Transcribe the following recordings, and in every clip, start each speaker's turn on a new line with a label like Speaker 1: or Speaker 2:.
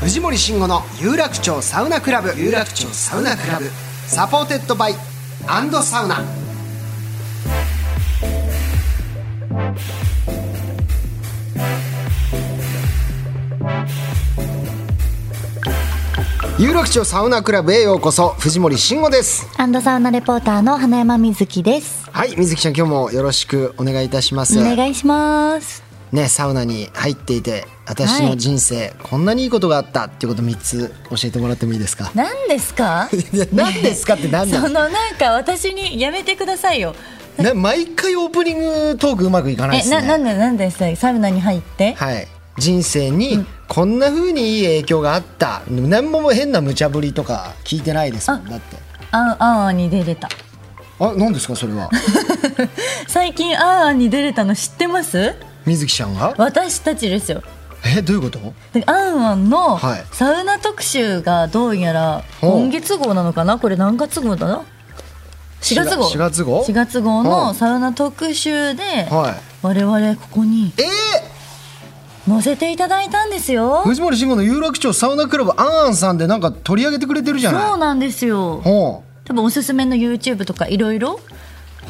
Speaker 1: 藤森慎吾の有楽町サウナクラブ有楽町サウナクラブサポーテッドバイアンドサウナ有楽町サウナクラブへようこそ藤森慎吾です
Speaker 2: アンドサウナレポーターの花山瑞希です。
Speaker 1: はい水木ちゃん今日もよろしくお願いいたしま
Speaker 2: お
Speaker 1: す
Speaker 2: 願いします。
Speaker 1: ねサウナに入っていて私の人生、こんなにいいことがあったっていうこと3つ教えてもらってもいいですか
Speaker 2: 何ですか
Speaker 1: いや 何ですかって何
Speaker 2: そ
Speaker 1: な
Speaker 2: の
Speaker 1: の
Speaker 2: なんか私にやめてくださいよ。
Speaker 1: な毎回オープニングトークうまくいかないで
Speaker 2: え、
Speaker 1: す
Speaker 2: な、なん
Speaker 1: ね
Speaker 2: で、なんでしたサウナに入って。
Speaker 1: はい人生にこんな風にいい影響があった、何も変な無茶ぶりとか聞いてないですもんだって
Speaker 2: あん、あんあんに出れた。
Speaker 1: あ何ですかそれは
Speaker 2: 最近あんあんに出れたの知ってます。
Speaker 1: 水木ちゃんが
Speaker 2: 私たちですよ。
Speaker 1: えどういうこと
Speaker 2: であんあんの
Speaker 1: はい
Speaker 2: サウナ特集がどうやら
Speaker 1: ほう
Speaker 2: 今月号なのかなこれ何月号だな4月号
Speaker 1: しら4月号
Speaker 2: 4月号
Speaker 1: ほう
Speaker 2: のサウナ特集で
Speaker 1: は
Speaker 2: 我々ここに
Speaker 1: いえ
Speaker 2: 載せていただいたんですよ
Speaker 1: ー、藤森慎吾の有楽町サウナクラブあんあんさんでなんか取り上げてくれてるじゃ
Speaker 2: そう
Speaker 1: ない
Speaker 2: なんですよ
Speaker 1: ほう
Speaker 2: 多分おすすめの YouTube とかいろいろ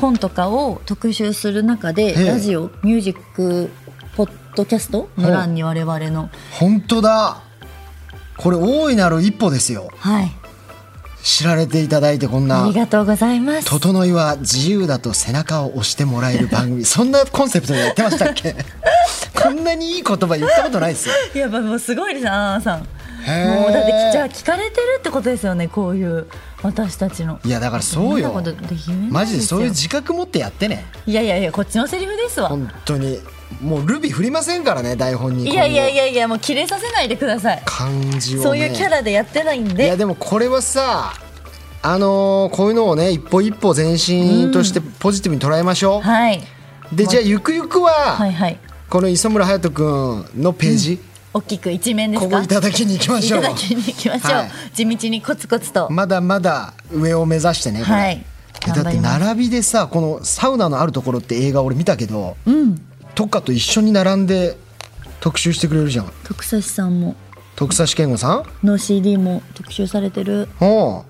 Speaker 2: 本とかを特集する中で
Speaker 1: ええ
Speaker 2: ラジオミュージックポッドキャストの欄に我々の
Speaker 1: 本当だこれ大いなる一歩ですよ
Speaker 2: はい
Speaker 1: 知られていただいてこんな
Speaker 2: ありがとうございます
Speaker 1: 整いは自由だと背中を押してもらえる番組そんなコンセプトでやってましたっ けこんなにいい言葉言ったことないですよ
Speaker 2: いやまあもうすごいですねあーさん
Speaker 1: へー
Speaker 2: もうだってじゃあ聞かれてるってことですよねこういう私たちの
Speaker 1: いやだからそうよ
Speaker 2: そんなことできないですよ
Speaker 1: マジでそういう自覚持ってやってね
Speaker 2: いやいやいやこっちのセリフですわ
Speaker 1: 本当にもうルビ振りませんからね台本に
Speaker 2: いやいやい
Speaker 1: や
Speaker 2: やいやもうキレさせないでください
Speaker 1: 漢字を、ね、
Speaker 2: そういうキャラでやってないん
Speaker 1: い
Speaker 2: で
Speaker 1: やでもこれはさあのーこういうのをね一歩一歩前進としてポジティブに捉えましょう、
Speaker 2: はい
Speaker 1: でじゃあゆくゆくは、
Speaker 2: はいはい
Speaker 1: この磯村隼人君のページ、
Speaker 2: 大きく一面です
Speaker 1: こ
Speaker 2: か
Speaker 1: こいただきに行きましょう
Speaker 2: いただきに行きましょう、
Speaker 1: はい
Speaker 2: 地道にコツコツと、
Speaker 1: まだまだ上を目指してね、これ
Speaker 2: はい
Speaker 1: えだ
Speaker 2: 頑
Speaker 1: っ
Speaker 2: 張
Speaker 1: て
Speaker 2: ります
Speaker 1: 並びでさこのサウナのあるところって映画俺見たけど、とかと一緒に並んで特集してくれるじゃん
Speaker 2: 徳差さんも
Speaker 1: 徳差健吾さん
Speaker 2: の CD も特集されてる
Speaker 1: おう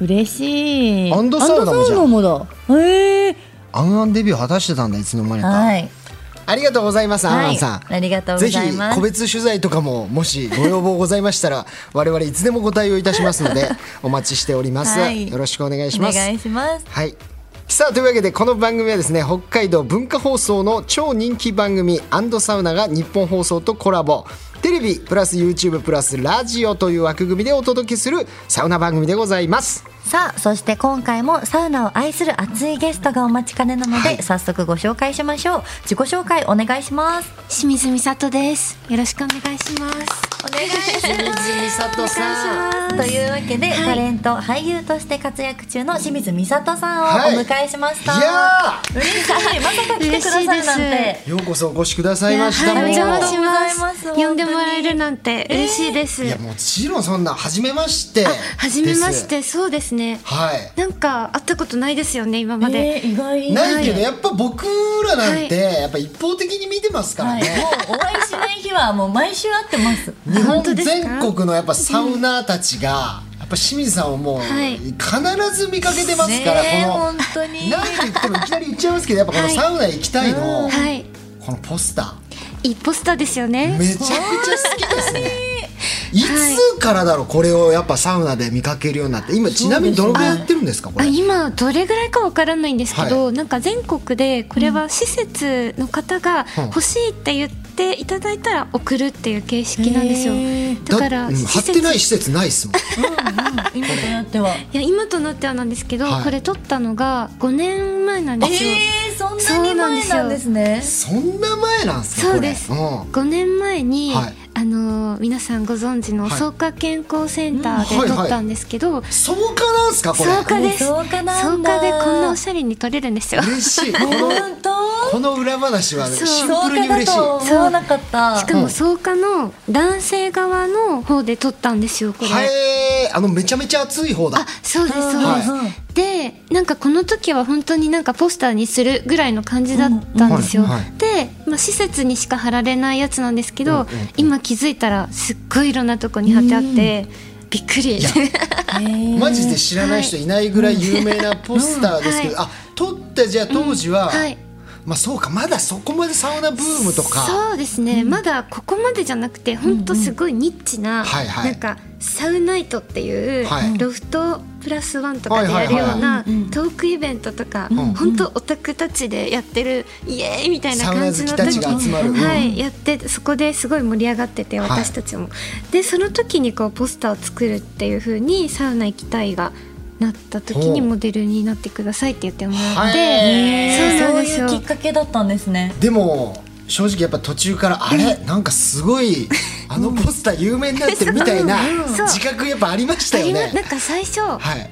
Speaker 2: 嬉しい
Speaker 1: アンドサウナもじゃん
Speaker 2: アンドサウナもだへえ
Speaker 1: アンアンデビュー果たしてたんだいつの間にか、
Speaker 2: はい
Speaker 1: ありがとうございます、
Speaker 2: はい
Speaker 1: アンアンさん
Speaker 2: ありがとうございます
Speaker 1: ぜひ個別取材とかももしご要望ございましたら我々いつでもご対応いたしますのでお待ちしております、
Speaker 2: はい
Speaker 1: よろしくお願いし
Speaker 2: お
Speaker 1: ます
Speaker 2: 願いします
Speaker 1: はい。さあというわけでこの番組はですね北海道文化放送の超人気番組「アンドサウナ」が日本放送とコラボテレビプラス YouTube プラスラジオという枠組みでお届けするサウナ番組でございます
Speaker 2: さあそして今回もサウナを愛する熱いゲストがお待ちかねなので、
Speaker 1: はい
Speaker 2: 早速ご紹介しましょう自己紹介お願いします
Speaker 3: 清水美里です。よろしくお願いします。
Speaker 2: お願いします
Speaker 1: 里
Speaker 3: お願いしま
Speaker 2: というわけで、タレント俳優として活躍中の清水美里さんを
Speaker 1: はい
Speaker 2: お迎えしました、
Speaker 1: いや
Speaker 2: 嬉しいまさか来てくださるなん
Speaker 3: 嬉しいで
Speaker 2: て
Speaker 1: ーようこそお越しくださいまし
Speaker 3: す。
Speaker 1: た
Speaker 2: や
Speaker 3: お
Speaker 1: もう
Speaker 3: 邪魔
Speaker 2: とう
Speaker 3: し
Speaker 2: ございま
Speaker 3: ますす。呼んでもらえるなんて嬉しいです。
Speaker 1: いやもちろんそんな初めまして
Speaker 3: はじめまし
Speaker 1: で
Speaker 3: て、そうですね
Speaker 1: す。はい
Speaker 3: なんか会ったことないですよね、今まで。
Speaker 2: えー、意外
Speaker 1: ないけどやっぱ僕らなんてやっぱ一方的に見てますから
Speaker 2: はい、
Speaker 1: ね、
Speaker 2: もうお会いしない日はもう毎週会ってます
Speaker 1: 日本
Speaker 3: 本当ですか
Speaker 1: 全国のやっぱサウナーたちが、やっぱ清水さんをもう
Speaker 3: はい
Speaker 1: 必ず見かけてますから、
Speaker 2: ねえ
Speaker 1: こ
Speaker 2: 本
Speaker 1: の。
Speaker 2: 当に
Speaker 1: 何で言ってもいきなり言っちゃいますけどやっぱこの
Speaker 3: はい
Speaker 1: サウナ行きたいの、
Speaker 3: はい。
Speaker 1: このポスタ
Speaker 3: いいポスターですよね
Speaker 1: ー。めちゃくちゃ好きですねいつからだろうこれをやっぱサウナで見かけるようになって今ちなみにどのぐらいやってるんですかこ
Speaker 3: あ
Speaker 1: れ
Speaker 3: 今どれぐらいかわからないんですけど、
Speaker 1: は
Speaker 3: なんか全国でこれは施設の方が欲しいって言って、ていただいたら送るっていう形式なんですよ
Speaker 4: へー
Speaker 3: だから
Speaker 1: うん
Speaker 3: 施
Speaker 1: 貼っ
Speaker 3: 設
Speaker 1: てない施設ないっ すもん
Speaker 4: 今となっては。
Speaker 3: いや今となってはなんですけど、
Speaker 1: はい
Speaker 3: これ撮ったのが5年前なんですよ、
Speaker 4: えー、そん
Speaker 3: そうなんですよ
Speaker 4: ね。
Speaker 1: そんな前なんすかこれ
Speaker 3: そうです
Speaker 1: ん
Speaker 3: 5年前に、
Speaker 1: はい
Speaker 3: あのー皆さんご存知の
Speaker 1: はい
Speaker 3: 草加健康センター
Speaker 1: うんは
Speaker 3: で
Speaker 1: いはい
Speaker 3: 撮ったんですけど、
Speaker 1: 草加なんすかこれ
Speaker 3: 草加です
Speaker 4: 草加なんだ
Speaker 3: 草加でこんなおしゃれに撮れるんですよ
Speaker 1: 嬉しいこ の
Speaker 4: 本当。
Speaker 1: この裏話は
Speaker 3: そう
Speaker 1: シン
Speaker 4: そう
Speaker 1: プルに
Speaker 4: か
Speaker 1: 嬉しい
Speaker 4: と思わなかった。
Speaker 3: しかも草加の男性側の方で撮ったんですよこれ、
Speaker 1: はえー、あのめちゃめちゃ熱い方だ
Speaker 3: あそうですそうです、
Speaker 1: は
Speaker 3: でなんかこの時は本当になんかポスターにするぐらいの感じだったんですよ、
Speaker 1: うんうんはい
Speaker 3: で、まあ、施設にしか貼られないやつなんですけど、今気づいたらすっごいいろんなとこに貼ってあって、びっくり
Speaker 1: マジで知らない人いないぐらい有名なポスターですけど、
Speaker 3: う
Speaker 1: あ撮ったじゃあ当時は、
Speaker 3: はい
Speaker 1: まあそうかまだそこまでサウナブームとか
Speaker 3: そうですね、まだここまでじゃなくて本当すごいニッチな、
Speaker 1: はいはい
Speaker 3: なんかサウナイトっていう、
Speaker 1: はい
Speaker 3: ロフトプラスワンとかでやるようなトークイベントとか、
Speaker 1: ん
Speaker 3: 本当オタクたちでやってるイエーイみたいな感じの
Speaker 1: サウナ好きたちが集まる
Speaker 3: は
Speaker 1: うん
Speaker 3: い、やってそこですごい盛り上がってて
Speaker 1: はい
Speaker 3: 私たちも、でその時にこうポスターを作るっていう風にサウナ行きたいがなった時に
Speaker 1: ほう
Speaker 3: モデルになってくださいって言ってもらって、
Speaker 1: へ
Speaker 4: えー
Speaker 3: そうなんです
Speaker 4: そ
Speaker 3: よ
Speaker 4: ういうきっかけだったんですね。
Speaker 1: でも正直やっぱ途中からあれなんかすごいあのポスター有名になってるみたいな
Speaker 3: そう
Speaker 1: 自覚やっぱありましたよ
Speaker 3: ありまな
Speaker 1: ね
Speaker 3: んか最初、
Speaker 1: い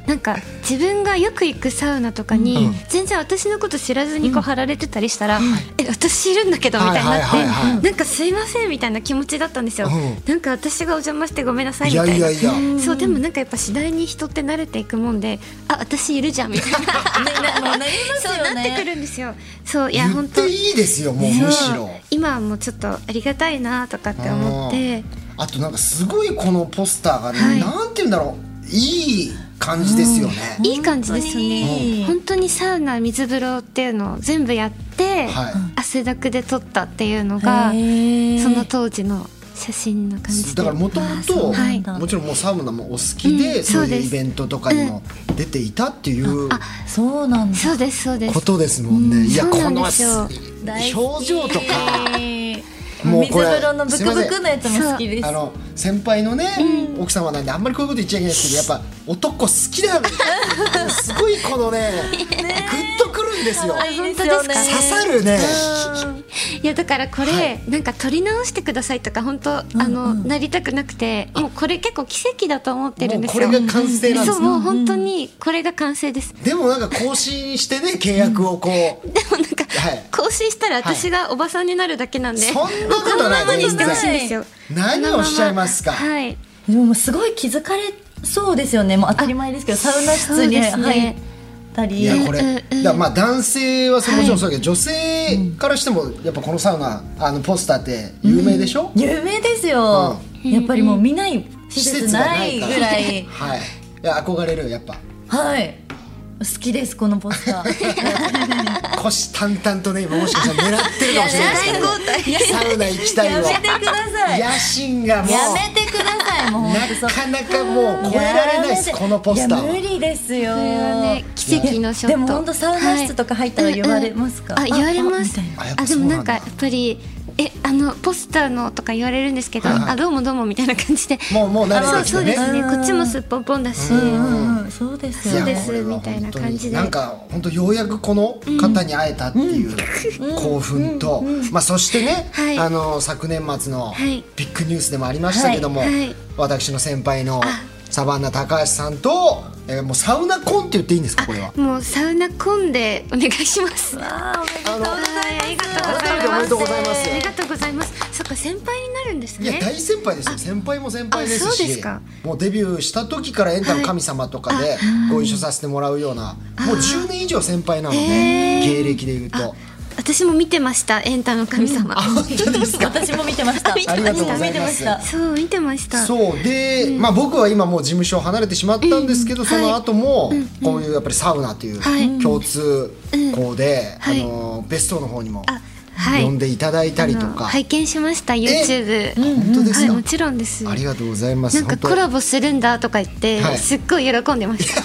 Speaker 3: なんか自分がよく行くサウナとかに、
Speaker 1: うん
Speaker 3: 全然私のこと知らずにこう貼られてたりしたら、え私いるんだけどみたいになって、
Speaker 1: はいはいはいはい
Speaker 3: なんかすいませんみたいな気持ちだったんですよ、
Speaker 1: うん
Speaker 3: なんか私がお邪魔してごめんなさい
Speaker 1: い
Speaker 3: みた
Speaker 1: や
Speaker 3: いな
Speaker 1: や
Speaker 3: い
Speaker 1: いや
Speaker 3: そうでもなんかやっぱ次第に人って慣れていくもんであ私いるじゃんみたいな
Speaker 4: ね、な、ななります
Speaker 3: そう
Speaker 4: よ
Speaker 3: なってく
Speaker 4: ね。
Speaker 3: るんですよそういや
Speaker 1: 言っ
Speaker 3: 本当
Speaker 1: ていいですよもうむしろ
Speaker 3: そう今はもうちょっとありがたいなとかって思って
Speaker 1: あとなんかすごいこのポスターがね、
Speaker 3: はい
Speaker 1: なんて言うんだろういい感じですよね、
Speaker 3: いい感じですよ
Speaker 4: うん
Speaker 3: ね本当にサウナ水風呂っていうのを全部やって、
Speaker 1: はい
Speaker 3: 汗だくで撮ったっていうのが
Speaker 4: へー
Speaker 3: その当時の写真の感じで
Speaker 1: だからもともと
Speaker 3: はい
Speaker 1: もちろんもうサウナもお好きで、
Speaker 3: うん
Speaker 1: そう
Speaker 3: そう
Speaker 1: い
Speaker 3: で
Speaker 1: う
Speaker 3: す
Speaker 1: イベントとかにも出ていたっていう
Speaker 4: そうなんだ。
Speaker 3: そうですそうです
Speaker 1: ことですもんね、いや
Speaker 3: そう
Speaker 1: こ
Speaker 3: なん
Speaker 1: の
Speaker 3: ですよ
Speaker 4: 大好き
Speaker 1: 表情とか。も
Speaker 4: も
Speaker 1: う
Speaker 4: う
Speaker 1: こ
Speaker 4: こ
Speaker 1: れ
Speaker 4: れ水風呂のブクブクのやつも好きです。
Speaker 1: あの先輩のね、奥様なんであんまりこういうこと言っちゃいけないですけどやっぱ男好きだすごいこのねグッとくるんですよ
Speaker 4: 可
Speaker 1: 刺
Speaker 4: 愛いですよね
Speaker 3: 本当ですか
Speaker 1: さるね
Speaker 3: いやだからこれ、なんか撮り直してくださいとか本当、あのなりたくなくてもうこれ結構奇跡だと思って
Speaker 1: も
Speaker 3: るん
Speaker 1: う
Speaker 3: で
Speaker 1: こ
Speaker 3: す
Speaker 1: れ
Speaker 3: よ
Speaker 1: が完成なんで
Speaker 3: そう
Speaker 1: すね
Speaker 3: もう本当にこれが完成です、
Speaker 1: でもなんか更新してね契約をこう
Speaker 3: でもなんか、
Speaker 1: はい
Speaker 3: 更新したら私がおばさんになるだけなんで、
Speaker 1: そんなこと
Speaker 3: の
Speaker 1: は
Speaker 3: ま
Speaker 1: な
Speaker 3: ま
Speaker 1: い全
Speaker 3: にしてほ
Speaker 1: 然
Speaker 3: しいんですよ
Speaker 1: 何をおっしゃいますか
Speaker 3: このままはい
Speaker 4: でももうすごい気づかれそうですよね。もう当たり前ですけど、サウナ室に
Speaker 3: そうです
Speaker 4: 入っ
Speaker 3: ね
Speaker 4: たり。
Speaker 1: いやこれ、
Speaker 3: うんうんうん
Speaker 1: だからまあ男性はそうもちろんそうだけど、女性からしてもやっぱこのサウナあのポスターって有名でしょ、
Speaker 4: 有名ですよ、やっぱりもう見ない施
Speaker 1: 施
Speaker 4: 設
Speaker 1: 設がな
Speaker 4: ないい
Speaker 1: か
Speaker 4: ぐ
Speaker 1: ら
Speaker 4: らい
Speaker 1: はいいや憧れるやっ ぱ
Speaker 4: はい好きですこのポス ター
Speaker 1: 腰淡々とね今もしかしたら狙ってるかもしれないですけど、サウナ行きたい
Speaker 4: や
Speaker 1: を
Speaker 4: めてくださいや
Speaker 1: 野心がもう
Speaker 4: めてくださいもう本当そ
Speaker 1: なかなかもう超えられないです
Speaker 4: やめて
Speaker 1: このポスター
Speaker 4: いや無
Speaker 1: は
Speaker 4: 理ですよ
Speaker 3: これはね奇跡のショット
Speaker 4: でも本当サウナ室とか入ったら
Speaker 3: はい
Speaker 4: 言われますか、
Speaker 3: うんうんあ言われま
Speaker 4: み
Speaker 3: す
Speaker 4: たいな
Speaker 1: あやっ
Speaker 3: あ
Speaker 1: ぱ
Speaker 3: で
Speaker 1: そう
Speaker 3: も
Speaker 1: な
Speaker 3: なんん
Speaker 1: だ
Speaker 3: かやっぱりえあのポスターのとか言われるんですけど、
Speaker 1: はいはい
Speaker 3: あどうもどうもみたいな感じで
Speaker 1: もうもう慣れ
Speaker 3: そう
Speaker 1: てき
Speaker 3: そ
Speaker 1: て
Speaker 3: うで
Speaker 1: ね
Speaker 3: すね
Speaker 4: うん
Speaker 3: こっちもすっぽんぽんだし、
Speaker 4: うんうんそうですよ
Speaker 3: そう
Speaker 4: ね
Speaker 3: です
Speaker 1: いやこれは本当に
Speaker 3: みたいな感じで
Speaker 1: なんか本当ようやくこの方に会えたっていう興奮と、まあそしてね、
Speaker 3: はい
Speaker 1: あの昨年末の
Speaker 3: はい
Speaker 1: ビッグニュースでもありましたけども、
Speaker 3: はいはい
Speaker 1: 私の先輩のサバンナ高橋さんと、えーもうサウナコンって言っていいんですかこれは。
Speaker 3: もうサウナコンでお願いしますはい
Speaker 4: あー
Speaker 1: あの
Speaker 3: ありが
Speaker 1: 改めておめでと
Speaker 3: と
Speaker 1: う
Speaker 3: う
Speaker 1: ご
Speaker 3: ご
Speaker 1: ざ
Speaker 3: ざ
Speaker 1: い
Speaker 3: い
Speaker 1: ま
Speaker 3: ますすありがとうございますそっか先輩になるんです
Speaker 1: いや
Speaker 3: ね
Speaker 1: 大先輩ですよ先輩も先輩です
Speaker 3: あそうで
Speaker 1: し
Speaker 3: すか
Speaker 1: もうデビューした時からエンタの神様とかでご一緒させてもらうようなもう10年以上先輩なので
Speaker 3: へ
Speaker 1: 芸
Speaker 3: ー
Speaker 1: 歴で言うと
Speaker 3: 私も見てましたエンタの神様、
Speaker 4: 私も見てました
Speaker 3: 見てまし た
Speaker 1: ありがとうござい
Speaker 4: 見て
Speaker 1: ま
Speaker 4: ますした
Speaker 3: そう見てました
Speaker 1: そうで、まあ僕は今もう事務所を離れてしまったんですけど、その後もこういうやっぱりサウナとい
Speaker 3: はいう
Speaker 1: 共通項で、
Speaker 3: はい
Speaker 1: あの別荘の方にも
Speaker 3: あはい
Speaker 1: 呼んでいただいたりと
Speaker 3: あの
Speaker 1: か、
Speaker 3: 拝見しました YouTube
Speaker 1: 本当です
Speaker 3: はい
Speaker 1: か、
Speaker 3: もちろんです
Speaker 1: ありがとうございます
Speaker 3: なんか
Speaker 1: 本当
Speaker 3: コラボするんだとか言って、
Speaker 1: はい
Speaker 3: すっごい喜んでました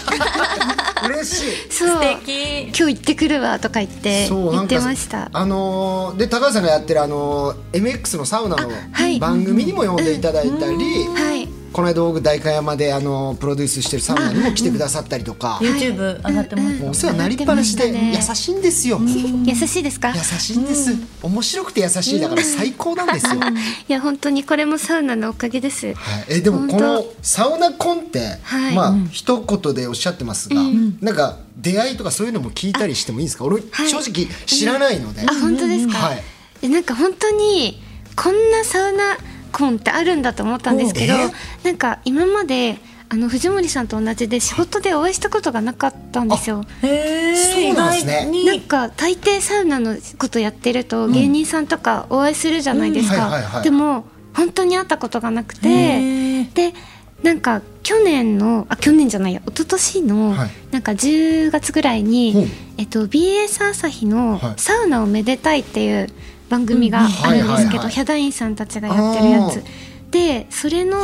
Speaker 1: 嬉しい
Speaker 3: そう今
Speaker 4: 敵
Speaker 3: 日行ってくるわとか言って
Speaker 1: そうな
Speaker 3: 言
Speaker 1: ん
Speaker 3: っ
Speaker 1: か
Speaker 3: てました
Speaker 1: あのーで高橋さんがやってるあのー MX のサウナの
Speaker 3: はい
Speaker 1: 番組にも呼んでいただいたり、
Speaker 3: はい
Speaker 1: この間僕代官山であのープロデュースしてるサウナにも来てくださったりとか、
Speaker 4: YouTube 上がってます
Speaker 1: もうお世話になりっぱなしで
Speaker 3: やってま
Speaker 1: 優
Speaker 3: した
Speaker 1: しいんですよ、優
Speaker 3: 優しいですか
Speaker 1: しいんです、面白くて優しいだから最高なんですよ、
Speaker 3: いや本当にこれもサウナのおかげです
Speaker 1: はい、えでも
Speaker 3: 本当
Speaker 1: このサウナコンって、
Speaker 3: はい
Speaker 1: まあ一言でおっしゃってますが、なんか出会いとかそういうのも聞いたりしてもいいんですか俺、
Speaker 3: はい
Speaker 1: 正直知らないので、
Speaker 3: あ本当ですか、
Speaker 1: はい
Speaker 3: えなんか本当にこんなサウナコンってあるんだと思ったんですけど
Speaker 1: おえ
Speaker 3: なんか今まであの藤森さんと同じで仕事でお会いしたことがなかったんですよ
Speaker 4: へ
Speaker 1: そ
Speaker 4: ー
Speaker 1: うなんですね
Speaker 4: 意外に
Speaker 3: なんか大抵サウナのことやってると芸人さんとかお会いするじゃないです
Speaker 1: うんはいはいは
Speaker 3: か
Speaker 1: い
Speaker 3: でも本当に会ったことがなく
Speaker 4: へ
Speaker 3: てでなんか去年のあ去年じゃないや一昨年の
Speaker 1: はい
Speaker 3: なんか10月ぐらい
Speaker 1: ほ
Speaker 3: に
Speaker 1: う、
Speaker 3: えっと、BS 朝日の
Speaker 1: はい
Speaker 3: 「サウナをめでたい」っていう番組があるんです
Speaker 1: はい
Speaker 3: け
Speaker 1: はいは
Speaker 3: ど
Speaker 1: い
Speaker 3: ヒャダインさんたちがやってるや
Speaker 1: あー
Speaker 3: つでそれの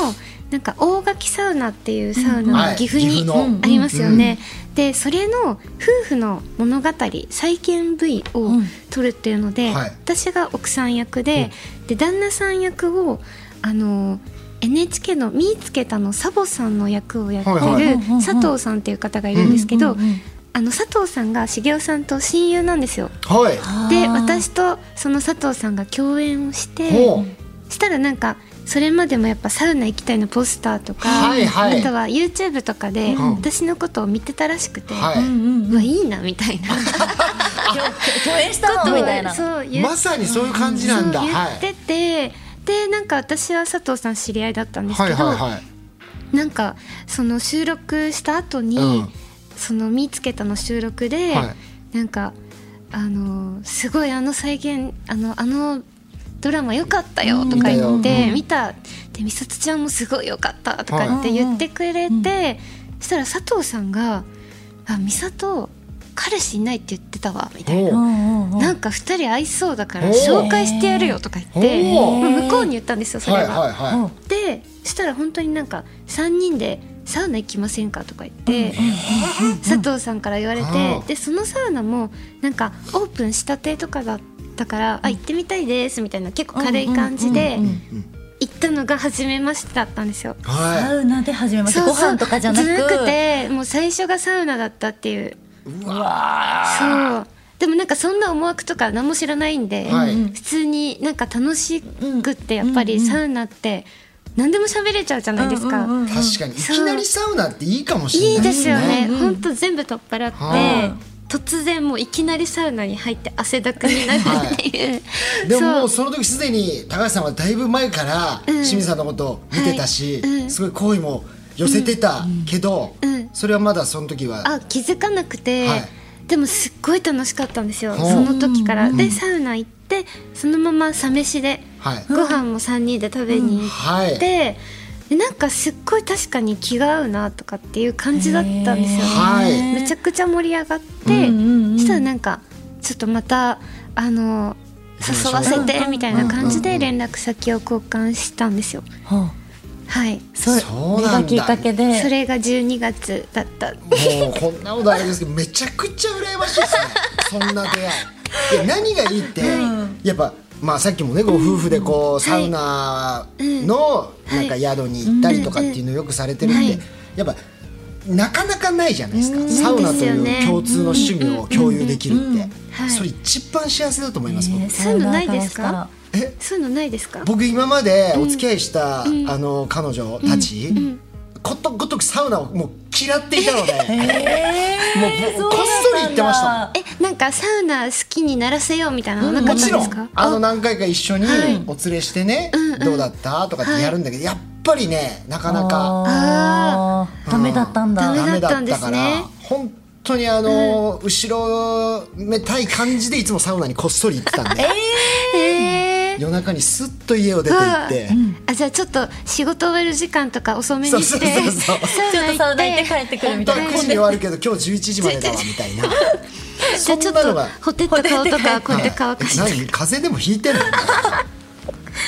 Speaker 3: なんか大垣サウナっていうサウナ
Speaker 1: は
Speaker 3: が
Speaker 1: い
Speaker 3: 岐阜
Speaker 1: 岐
Speaker 3: に
Speaker 1: 阜の
Speaker 3: ありますよね。でそれの夫婦の物語再建 V を
Speaker 4: うん
Speaker 3: 撮るっていうので、
Speaker 1: はい
Speaker 3: 私が奥さん役で,、で旦那さん役をあの NHK の「みいつけた」のサボさんの役をやってる、
Speaker 1: はいはい
Speaker 3: 佐藤さんっていう方がいるんですけど、
Speaker 4: うんうんうん
Speaker 3: あの佐藤さんが茂雄さんと親友なんですよ。
Speaker 1: はい
Speaker 3: で
Speaker 4: あー
Speaker 3: 私とその佐藤さんが共演をして。
Speaker 1: ほう
Speaker 3: したらなんかそれまでもやっぱサウナ行きたいのポスターとか、
Speaker 1: はいはい
Speaker 3: あとは YouTube とかで
Speaker 1: うん
Speaker 3: 私のことを見てたらしくて、
Speaker 1: はい、
Speaker 4: うんうん
Speaker 3: うわいいなみたいな
Speaker 4: 共演したのみたいな
Speaker 3: そう言う
Speaker 1: まさにそういう感じなんだ、
Speaker 3: そう
Speaker 1: は
Speaker 3: 言っ
Speaker 1: い
Speaker 3: てて、でなんか私は佐藤さん知り合いだったんです
Speaker 1: は
Speaker 3: け
Speaker 1: い
Speaker 3: ど、
Speaker 1: はいはい
Speaker 3: なんかその収録した後に、
Speaker 1: うん
Speaker 3: その「見つけた」の収録で、
Speaker 1: は
Speaker 3: なんかあのすごいあの再現あのあのドラマ良かったよとか
Speaker 1: 見
Speaker 3: 言ったて
Speaker 1: よ
Speaker 3: 見た,、で美里ちゃんもすごい良かったとか
Speaker 1: はい
Speaker 3: 言って言ってくれて、そしたら佐藤さんが「あ美里彼氏いないって言ってたわ」みたいな。
Speaker 1: ほう
Speaker 4: うんうんうん
Speaker 3: なんか2人合いそうだから
Speaker 1: おー
Speaker 3: 紹介してやるよとか言って
Speaker 1: おー
Speaker 3: まあ向こうに言ったんですよそれ
Speaker 1: はい
Speaker 3: は。
Speaker 1: はい
Speaker 4: うん
Speaker 1: は
Speaker 3: でしたら本当になんか3人でサウナ行きませんかとか言って、佐藤さんから言われ
Speaker 1: あ
Speaker 3: て
Speaker 1: ー
Speaker 3: でそのサウナもなんかオープンしたてとかだったから、あ行ってみたいですみたいな結構軽い感じで
Speaker 4: うんうんうん
Speaker 3: 行ったのが初めましてだったんですよ。
Speaker 1: い
Speaker 4: サ
Speaker 1: は
Speaker 4: ウナで始めました
Speaker 3: そう
Speaker 4: ご
Speaker 3: そう
Speaker 4: 飯とかじゃなく
Speaker 3: じゃなくてもう最初がサウナだったっていう
Speaker 1: いうわ
Speaker 3: そうでもなんかそんな思惑とか何も知らないんで、
Speaker 1: はい
Speaker 3: 普通になんか楽しくってやっぱりサウナって何でも喋れちゃうじゃないですか。
Speaker 4: うんうんうん
Speaker 1: ー確かにい
Speaker 3: そう
Speaker 1: きなりサウナっていいかもしれない
Speaker 3: いいですよね、
Speaker 4: うん
Speaker 3: ほんと全部取っ払って、
Speaker 1: は
Speaker 3: 突然もういきなりサウナに入って汗だくになるっていう、
Speaker 1: でももう
Speaker 3: そ
Speaker 1: そ
Speaker 3: う
Speaker 1: の時すでに高橋さんはだいぶ前から
Speaker 3: うん
Speaker 1: 清水さんのことを見てたし、
Speaker 3: はいうん
Speaker 1: すごい好意も寄せてたけど、
Speaker 3: うん
Speaker 1: それはまだその時は、
Speaker 3: あ気づかなくて、
Speaker 1: はい
Speaker 3: でもすっごい楽しかったんですよ
Speaker 1: ほう
Speaker 3: その時から、でサウナ行ってそのままサ飯で、
Speaker 1: はい
Speaker 3: ご飯も3人で食べに行
Speaker 1: はい
Speaker 3: って、でなんかすっごい確かに気が合うなとかっていう感じだったんですよね、
Speaker 1: はい
Speaker 3: めちゃくちゃ盛り上がって、
Speaker 4: うんうんうん
Speaker 3: したらなんかちょっとまたあの誘わせてみたいな感じで連絡先を交換したんですよ。
Speaker 4: ほう
Speaker 3: はい、
Speaker 4: そ
Speaker 1: そうなんだ
Speaker 4: れがきっかけで
Speaker 3: それが12月だった。
Speaker 1: もうこんなことあれですけどめちゃくちゃ羨ましいですねそんな出会いいや何がいいって、やっぱまあさっきもねご夫婦でこう、サウナのなんか宿に行ったりとかっていうのをよくされてるんで、
Speaker 3: はい
Speaker 1: やっぱなかなかないじゃないですか、サウナと
Speaker 3: そうです
Speaker 1: い
Speaker 3: よね
Speaker 1: う共通の趣味を共有できるって、
Speaker 3: はい
Speaker 1: それ一番幸せだと思います、僕
Speaker 4: ね
Speaker 3: そういうのないです
Speaker 4: サウナ
Speaker 3: か
Speaker 1: え
Speaker 3: そういうのないですか
Speaker 1: 僕今までお付き合いした、あの彼女たち、ことごとくサウナをもう嫌っていたので、
Speaker 4: え
Speaker 1: もうぼこっそり行ってましたもん
Speaker 3: え、なんかサウナ好きにならせようみたいなのなか
Speaker 1: も
Speaker 3: った
Speaker 1: ち
Speaker 3: んで
Speaker 1: ろ
Speaker 3: すか
Speaker 1: んあの何回か一緒にお連れしてね、どうだったとかってやるんだけど、やっぱりねなかなか
Speaker 4: あーダメだったんだ
Speaker 3: ダメ
Speaker 1: ダメだった
Speaker 3: ダ
Speaker 1: か
Speaker 3: メだった
Speaker 1: ら
Speaker 3: んで
Speaker 1: 本当にあの、後ろめたい感じでいつもサウナにこっそり行ってたんで
Speaker 3: えー
Speaker 1: 夜中にスッと家を出て行って、
Speaker 3: あ、じゃあちょっと仕事終わる時間とか遅めにして
Speaker 1: そうそうそうそう
Speaker 3: サウ
Speaker 4: ちょっとサウナ
Speaker 3: ナ
Speaker 4: 行
Speaker 3: 行
Speaker 4: っ
Speaker 3: ってて
Speaker 4: 帰ってくるみ
Speaker 1: 本当
Speaker 4: たい
Speaker 1: は
Speaker 4: な
Speaker 1: 9時に終わるけど今日11時までだわみたいな
Speaker 3: じゃあ ちょ
Speaker 1: そん
Speaker 3: っ
Speaker 1: なのが
Speaker 3: とほてった顔とかこうやって乾かして
Speaker 1: 何風邪でもひいてんの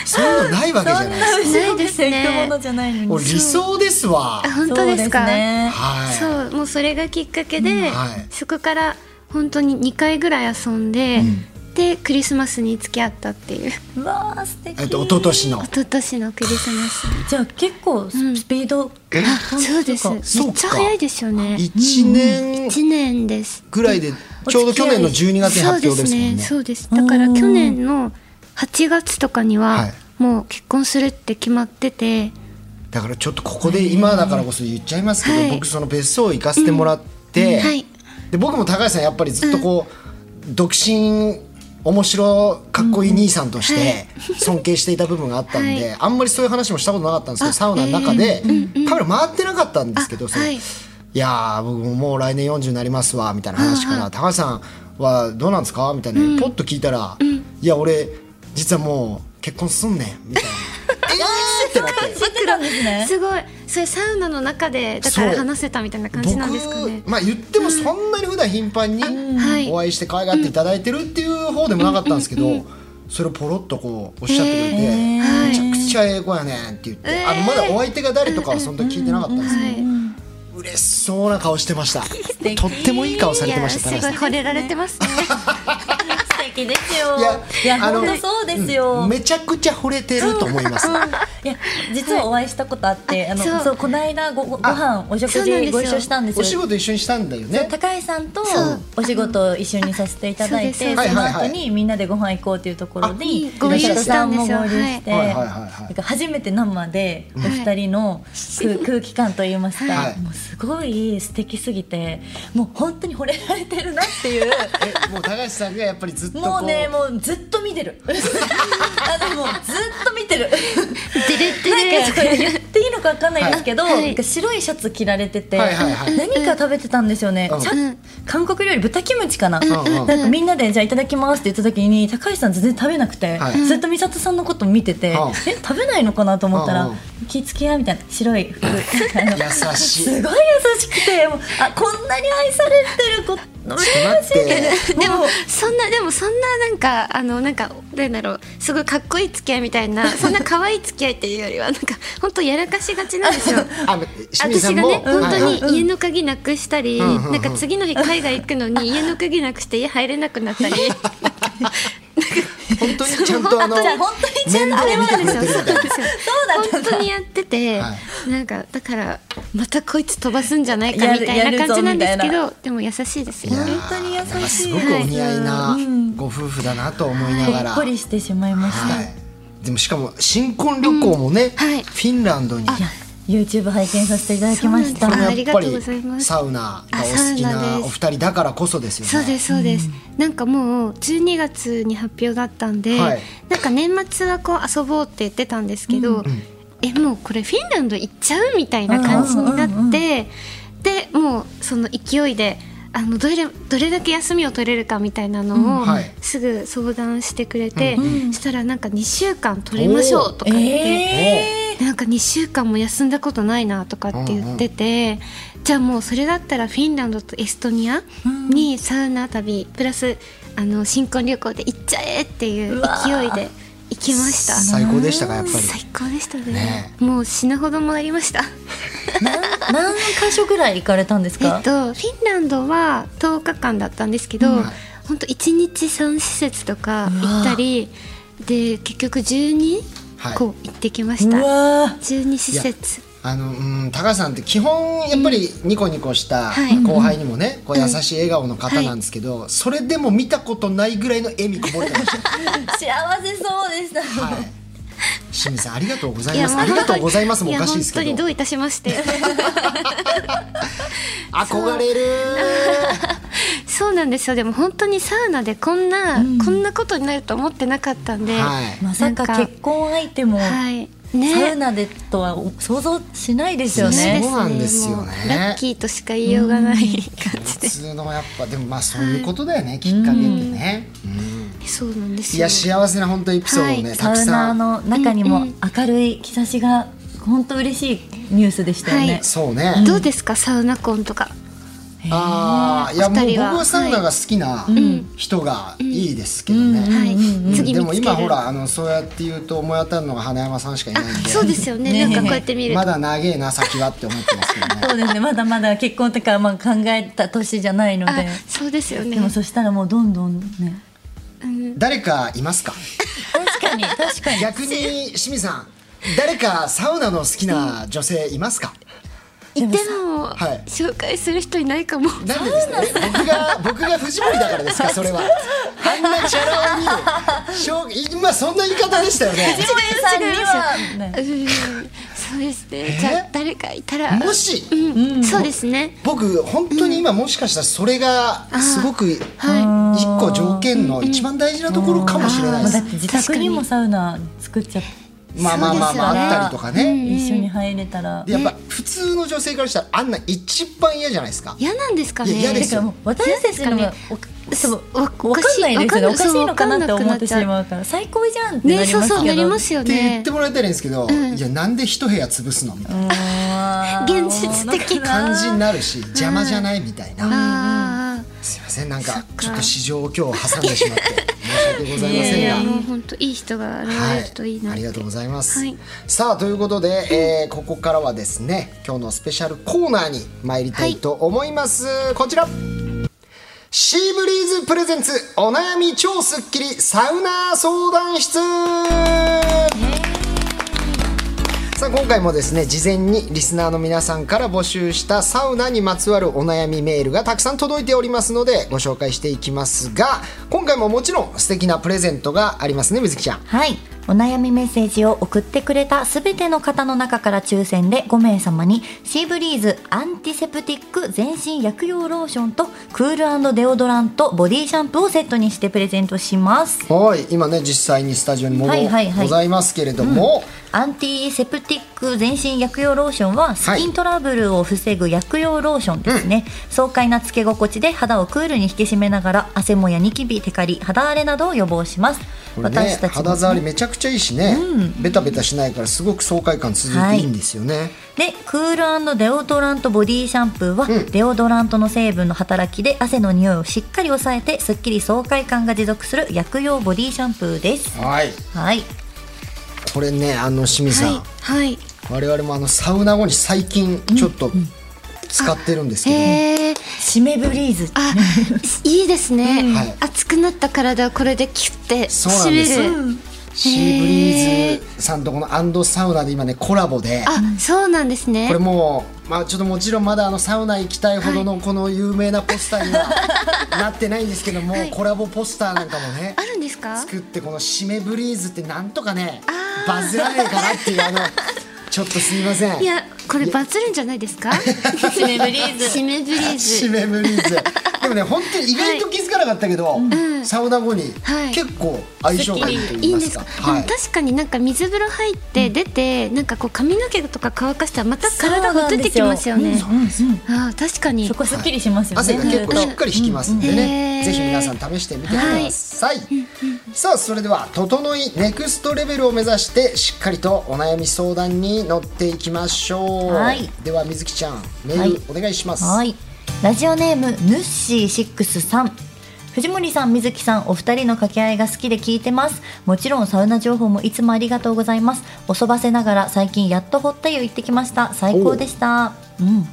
Speaker 1: そういうのないわけじゃないですか
Speaker 2: ない
Speaker 3: ですね
Speaker 2: 行くものじゃないの
Speaker 1: 俺
Speaker 2: に。
Speaker 1: 理想ですわ
Speaker 3: あ本当ですか
Speaker 2: そうね
Speaker 1: はい
Speaker 3: そうもうそれがきっかけで、
Speaker 1: はい
Speaker 3: そこから本当に2回ぐらい遊んで、でクリスマスに付き合ったっていう
Speaker 2: うわあ素敵。
Speaker 1: えっと一昨年の
Speaker 3: 一昨年のクリスマス
Speaker 2: じゃあ結構ススピード。
Speaker 3: あそうですめっ
Speaker 1: そうか
Speaker 3: ちゃ早いですよね
Speaker 1: 1年
Speaker 3: 1年です
Speaker 1: ぐらいでちょうど去年の12月に発表ですもんね
Speaker 3: そうですねそうですだから去年の8月とかに
Speaker 1: は
Speaker 3: はいもう結婚するって決まってて
Speaker 1: だからちょっとここで今だからこそ言っちゃいますけど、
Speaker 3: はい
Speaker 1: 僕その別荘行かせてもらって、
Speaker 3: うんはい
Speaker 1: で僕も高橋さんやっぱりずっとこう、独身面白かっこいい兄さんとして尊敬していた部分があったんで、
Speaker 3: は
Speaker 1: あんまりそういう話もしたことなかったんですけどサウナの中で、カメラ回ってなかったんですけど
Speaker 3: あ
Speaker 1: それ
Speaker 3: はい
Speaker 1: いやー僕ももう来年40になりますわみたいな話から、高橋さんはどうなんですかみたいな、ポッと聞いたら、いや俺実はもう結婚すんねんみたいな えーってなって。
Speaker 2: てたんですね。
Speaker 3: すごいそれサウナの中でだから話せたみたいな感じなんですかね
Speaker 1: 僕まあ言ってもそんなに普段頻繁に
Speaker 3: はい
Speaker 1: お会いして可愛がっていただいてるっていう方でもなかったんですけどそれをポロッとこうおっしゃってくれて「め
Speaker 3: はい
Speaker 1: ちゃくちゃええ子やねん」って言ってあのまだお相手が誰とかはそんな聞いてなかったんですけ
Speaker 3: はい
Speaker 1: ど嬉しそうな顔してましたとってもいい顔されてました
Speaker 3: い
Speaker 1: 田
Speaker 3: や
Speaker 1: 中
Speaker 3: す
Speaker 1: さ
Speaker 3: ご
Speaker 1: ん
Speaker 3: い惚れられてますね
Speaker 2: 素敵ですよ。
Speaker 1: いや
Speaker 2: いや
Speaker 1: あの
Speaker 2: 本当そうですよ。
Speaker 1: めちゃくちゃ惚れてると思います
Speaker 2: うんいや実はお会いしたことあって、あの
Speaker 3: そ
Speaker 2: そううこの間ごごご飯お食
Speaker 3: そうなんで
Speaker 2: 事
Speaker 3: すよ
Speaker 2: ご一緒したんです
Speaker 1: お
Speaker 2: よ。
Speaker 1: 仕事一緒にしたんだよね
Speaker 2: 高井さんと
Speaker 3: そう
Speaker 2: お仕事を一緒にさせていただい
Speaker 3: そう
Speaker 2: て
Speaker 3: です
Speaker 2: その
Speaker 1: は
Speaker 2: 後
Speaker 1: いはいは
Speaker 2: にみんなでご飯行こうというところで
Speaker 3: あいいご
Speaker 1: 一緒
Speaker 3: したんですよ
Speaker 2: も合流して
Speaker 1: はいはいはいはい
Speaker 2: なんか初めて生でお二人の空空気感といいますか、
Speaker 1: はい
Speaker 2: もうすごい素敵すぎてもう本当に惚れられてるなっていう。
Speaker 1: えもう高橋さんがやっぱりずっとこ
Speaker 2: もうね
Speaker 1: う
Speaker 2: もうずっと見てる あのもうずっと見てる
Speaker 3: デレッデレ
Speaker 2: なんかこれ言っていいのかわかんないですけど、
Speaker 3: はい
Speaker 2: なんか白いシャツ着られてて、
Speaker 1: はいはいはい
Speaker 2: 何か食べてたんですよね、
Speaker 1: うん
Speaker 2: ちゃ韓国料理豚キムチかな、
Speaker 1: んうん
Speaker 2: なんかみんなでじゃあいただきますって言った時に高橋さん全然食べなくて、
Speaker 1: はい
Speaker 2: ずっと美里さんのこと見てて、
Speaker 1: うん
Speaker 2: え食べないのかなと思ったら、
Speaker 1: うんうん
Speaker 2: 気付けやみたいな白い服
Speaker 1: 優 しい
Speaker 2: すごい優しくてもうあこんなに愛されてる子
Speaker 1: 待って
Speaker 3: でも そんなでもそんななんかあのなんかなんだろうすごいかっこいい付き合いみたいなそんな可愛い付き合いっていうよりはなんか本当やらかしがちな んですよ。
Speaker 1: あ清水さ
Speaker 3: 私
Speaker 1: ん
Speaker 3: が
Speaker 1: も
Speaker 3: ね本
Speaker 1: はいはい
Speaker 3: 当に家の鍵なくしたり、
Speaker 1: んうんうん
Speaker 3: なんか次の日海外行くの に家の鍵なくして家入れなくなった り
Speaker 1: 本当にちゃんとあ の
Speaker 2: じゃあ本当にちゃんと
Speaker 1: 面倒を見て
Speaker 3: そ
Speaker 1: くれてるみたいな
Speaker 2: そ
Speaker 3: うなんですよ
Speaker 2: うだった
Speaker 3: 本
Speaker 2: ん
Speaker 3: 当
Speaker 2: だ
Speaker 3: にやってて、
Speaker 1: は
Speaker 3: なんかだからまたこいつ飛ばすんじゃないかみた
Speaker 2: やる
Speaker 3: い
Speaker 2: やる
Speaker 3: な
Speaker 2: ぞ
Speaker 3: 感じなんですけ
Speaker 2: みたい
Speaker 3: どでも優しいですよ
Speaker 1: いや
Speaker 3: ね。
Speaker 1: ー
Speaker 2: 本当に優しい
Speaker 1: なんかすごくお似合いなご夫婦だなと思いな
Speaker 2: ほ
Speaker 1: がら、
Speaker 2: っこりしてしまいました、
Speaker 1: はい、でもしかも新婚旅行もね、
Speaker 3: はい
Speaker 1: フィンランドにこ
Speaker 2: YouTube 拝見させていただきました
Speaker 3: そう
Speaker 1: れ
Speaker 3: な
Speaker 1: も
Speaker 3: んですあ
Speaker 1: や
Speaker 3: り
Speaker 1: っ
Speaker 3: が
Speaker 1: ぱ
Speaker 3: とうございま
Speaker 1: り
Speaker 3: す
Speaker 1: サウナがお好き
Speaker 3: あサウナ
Speaker 1: な
Speaker 3: です
Speaker 1: お二人だからこそですよね
Speaker 3: そうですそうです、なんかもう12月に発表だったんで、
Speaker 1: はい
Speaker 3: なんか年末はこう遊ぼうって言ってたんですけど、えもうこれフィンランド行っちゃうみたいな感じになって、
Speaker 2: うんうんうんうん
Speaker 3: でもうその勢いであのどれどれだけ休みを取れるかみたいなのを
Speaker 1: はい
Speaker 3: すぐ相談してくれて、したらなんか2週間取りましょうとか言って。
Speaker 2: え
Speaker 3: なんか2週間も休んだことないなとかって言ってて、じゃあもうそれだったらフィンランドとエストニアにサウナ旅プラスあの新婚旅行で行っちゃえっていう勢いで行きました
Speaker 1: 最高でしたかやっぱり
Speaker 3: 最高でしたね
Speaker 1: ね
Speaker 3: もう死ぬほど回りました
Speaker 2: ー、なん何箇所ぐらい行かれたんです
Speaker 3: え
Speaker 2: か
Speaker 3: っとフィンランドは10日間だったんですけど、ほんと1日3施設とか行ったりで結局12
Speaker 1: はい
Speaker 3: 個行ってきまし
Speaker 2: う
Speaker 3: た、
Speaker 2: わー
Speaker 3: 12施設
Speaker 1: あのうん高橋さんって基本やっぱりニコニコした
Speaker 3: はい
Speaker 1: 後輩にもね、こう優しい笑顔の方なんですけど、それでも見たことないぐらいの笑みこぼれてました
Speaker 2: 幸せそうでした、
Speaker 1: はい。清水さんありがとうござ
Speaker 3: い
Speaker 1: います。ありがとうございますもお
Speaker 3: や
Speaker 1: かしいです
Speaker 3: 本
Speaker 1: け
Speaker 3: 当に
Speaker 1: ど
Speaker 3: ど。ういたし まして。
Speaker 1: 憧れる。
Speaker 3: そうなんですよ。でも本当にサウナでこんな、こんなことになると思ってなかったんで。
Speaker 1: はい。
Speaker 2: まさか
Speaker 3: なんか
Speaker 2: 結婚相手も、
Speaker 3: はい。
Speaker 2: サウ
Speaker 3: ね。
Speaker 2: ナでとは想像しないですよ
Speaker 1: しない
Speaker 2: ね
Speaker 1: そうなんですよね
Speaker 3: もうラッキーとしか言いようがない感じ
Speaker 1: 普
Speaker 3: で。
Speaker 1: 通のやっぱでもまあそういうことだよね、きっかけってね。
Speaker 3: そうなんです
Speaker 1: い
Speaker 3: よ。
Speaker 1: や幸せな本当エピソードをね、
Speaker 3: はい
Speaker 1: た
Speaker 2: サ
Speaker 1: く
Speaker 2: ウ
Speaker 1: さ
Speaker 2: ナ
Speaker 1: ん。
Speaker 2: の中にも明るい兆しが本当嬉しいニュースでしたよね、
Speaker 3: はい
Speaker 1: そうね。
Speaker 3: どうですかサウナ婚とか。
Speaker 1: ああいやもう
Speaker 3: お二
Speaker 1: 僕
Speaker 3: 人は
Speaker 1: はサウナが好きな人がいいですけどね、
Speaker 3: はい、次
Speaker 1: で
Speaker 3: 見
Speaker 1: も
Speaker 3: つけ
Speaker 1: 今ほ
Speaker 3: る
Speaker 1: らあのそうやって言うと思い当たるのが花山さんしかいないんで
Speaker 3: そうですよね
Speaker 4: ね
Speaker 3: なんかこうやって見ると、
Speaker 1: まだ長えな先はって思ってますけどね
Speaker 4: そうですねまだまだ結婚とか、まあ、考えた年じゃないの
Speaker 3: あ
Speaker 4: で
Speaker 3: そうですよね
Speaker 4: でもそしたらもうどんどんね
Speaker 3: うん
Speaker 1: 誰かいますか
Speaker 4: 確かに確かに
Speaker 1: 逆に清水さん誰かサウナの好きな女性いますか、
Speaker 3: いても
Speaker 1: はい
Speaker 3: 紹介する人いないかも
Speaker 1: なんでですかえ僕が僕が藤森だから ですかそれはあんなチャラ男にしょう今そんな言い方でしたよ ね
Speaker 4: 藤森さんにはね
Speaker 3: うんそうですねじゃあ誰かいたら
Speaker 1: もし
Speaker 3: うんそうですね
Speaker 1: 僕本当に今もしかしたらそれがすごく一
Speaker 3: は
Speaker 1: 個条件の一番大事なところかもしれない
Speaker 4: まあ、
Speaker 1: です
Speaker 4: だって自宅にもサウナ作っちゃって
Speaker 1: まあまあまあまあ
Speaker 3: そうですよね
Speaker 1: あったりとかね
Speaker 4: 一緒に入れたら、
Speaker 1: でやっぱ普通の女性からしたらあんな一番嫌じゃないですか
Speaker 3: 嫌なんですかね
Speaker 1: いや嫌で
Speaker 4: だ
Speaker 1: す
Speaker 4: か
Speaker 1: よ
Speaker 4: らもう私たちのがおそうわかんないですよねお
Speaker 3: わ
Speaker 4: か
Speaker 3: かん
Speaker 4: しいのかなって
Speaker 3: そう
Speaker 4: 思っ
Speaker 3: わかんなくな
Speaker 4: て
Speaker 3: っ
Speaker 4: し
Speaker 3: ちゃう
Speaker 4: まうから最高じゃんってな
Speaker 3: ね
Speaker 4: り
Speaker 3: そ
Speaker 4: ま
Speaker 3: う
Speaker 4: すけど
Speaker 3: そうなりますよ
Speaker 1: って言っ
Speaker 3: ね
Speaker 1: てもらいたいんですけど、いやなんで一部屋潰すのみたいな
Speaker 4: あー
Speaker 3: 現実的
Speaker 1: 感じになるし邪魔じゃないみたいな、
Speaker 3: あー
Speaker 1: すいませんなん
Speaker 3: そ
Speaker 1: か
Speaker 3: っか
Speaker 1: ちょっと市場を今日挟んでしまって申し訳ございま
Speaker 3: い
Speaker 1: せん
Speaker 3: や
Speaker 1: が。
Speaker 3: もう本当いい人が現
Speaker 1: は
Speaker 3: れるといいなっ
Speaker 1: あ
Speaker 3: て
Speaker 1: りがとうございます、
Speaker 3: はい
Speaker 1: さあということで、えーここからはですね今日のスペシャルコーナーに参りたいと思います、こちらシーブリーズプレゼンツお悩み超スッキリサウナ相談室さあ今回もですね事前にリスナーの皆さんから募集したサウナにまつわるお悩みメールがたくさん届いておりますのでご紹介していきますが今回ももちろん素敵なプレゼントがありますね水木ちゃん
Speaker 2: はい。お悩みメッセージを送ってくれたすべての方の中から抽選で5名様にシーブリーズアンティセプティック全身薬用ローションとクールデオドラントボディシャンプーをセットにしてプレゼントします。
Speaker 1: はい、今ね実際にスタジオにも
Speaker 2: はいはいはい
Speaker 1: ございますけれども、
Speaker 2: アンティセプティック全身薬用ローションはスキントラブルを防ぐ薬用ローションですね、爽快なつけ心地で肌をクールに引き締めながら汗もやニキビテカリ肌荒れなどを予防します、
Speaker 1: これね
Speaker 2: 私たちも
Speaker 1: 肌触りめちゃくちゃいいしね、ベタベタしないからすごく爽快感続いていいんですよね、
Speaker 2: でクールデオドラントボディシャンプーは、デオドラントの成分の働きで汗の匂いをしっかり抑えてすっきり爽快感が持続する薬用ボディシャンプーです
Speaker 1: はい
Speaker 2: はい
Speaker 1: これねあの清水さん、
Speaker 3: はいはい
Speaker 1: 我々もあのサウナ後に最近ちょっと使ってるんですけど、
Speaker 3: へえ
Speaker 2: 締めブリーズ
Speaker 3: あいいですね、
Speaker 1: はい
Speaker 3: 熱くなった体をこれでキュッて
Speaker 1: そうなん
Speaker 3: 締
Speaker 1: で
Speaker 3: め
Speaker 1: す
Speaker 3: る
Speaker 1: シーブリーズさんとこのアンドサウナで今ねコラボで
Speaker 3: あそうなんですね
Speaker 1: これもう、まあ、ちょっともちろんまだあのサウナ行きたいほどのこの有名なポスターにはなってないんですけども、コラボポスターなんかもね
Speaker 3: あるんですか
Speaker 1: 作ってこの「締めブリーズ」ってなんとかねバズらねえかなっていう あのちょっとすみません
Speaker 3: いやこれバズるんじゃないですか締めブリーズ締めブリーズ
Speaker 1: 締めブリー ズでもね本当に意外と気づかなかったけど、サウナ後に
Speaker 3: はい
Speaker 1: 結構相性がいいと言
Speaker 3: い
Speaker 1: い
Speaker 3: いん
Speaker 1: ま
Speaker 3: ですす
Speaker 1: か
Speaker 3: か、
Speaker 1: は
Speaker 3: でも確かになんか水風呂入って出て、なんかこう髪の毛とか乾かしたらまた 体
Speaker 2: そう
Speaker 3: が
Speaker 2: なん
Speaker 3: 出
Speaker 2: で
Speaker 3: て
Speaker 2: す
Speaker 3: き
Speaker 2: よ
Speaker 3: ますよね
Speaker 2: うんうんうん
Speaker 3: ああ確かに
Speaker 2: そこすっきりしますよね、
Speaker 1: 汗が結構しっかり引きますんでね、
Speaker 3: うんうん
Speaker 1: ぜひ皆さん試してみてください、さあそれでは「整いネクストレベル」を目指してしっかりとお悩み相談に乗っていきましょう、
Speaker 2: はい
Speaker 1: では水木ちゃんメールお願いします、
Speaker 2: はい。ラジオネームヌッシーシックスさん。藤森さん、水木さん、お二人の掛け合いが好きで聞いてます。もちろんサウナ情報もいつもありがとうございます。おそばせながら最近やっとホッタ湯行ってきました。最高でした。うん。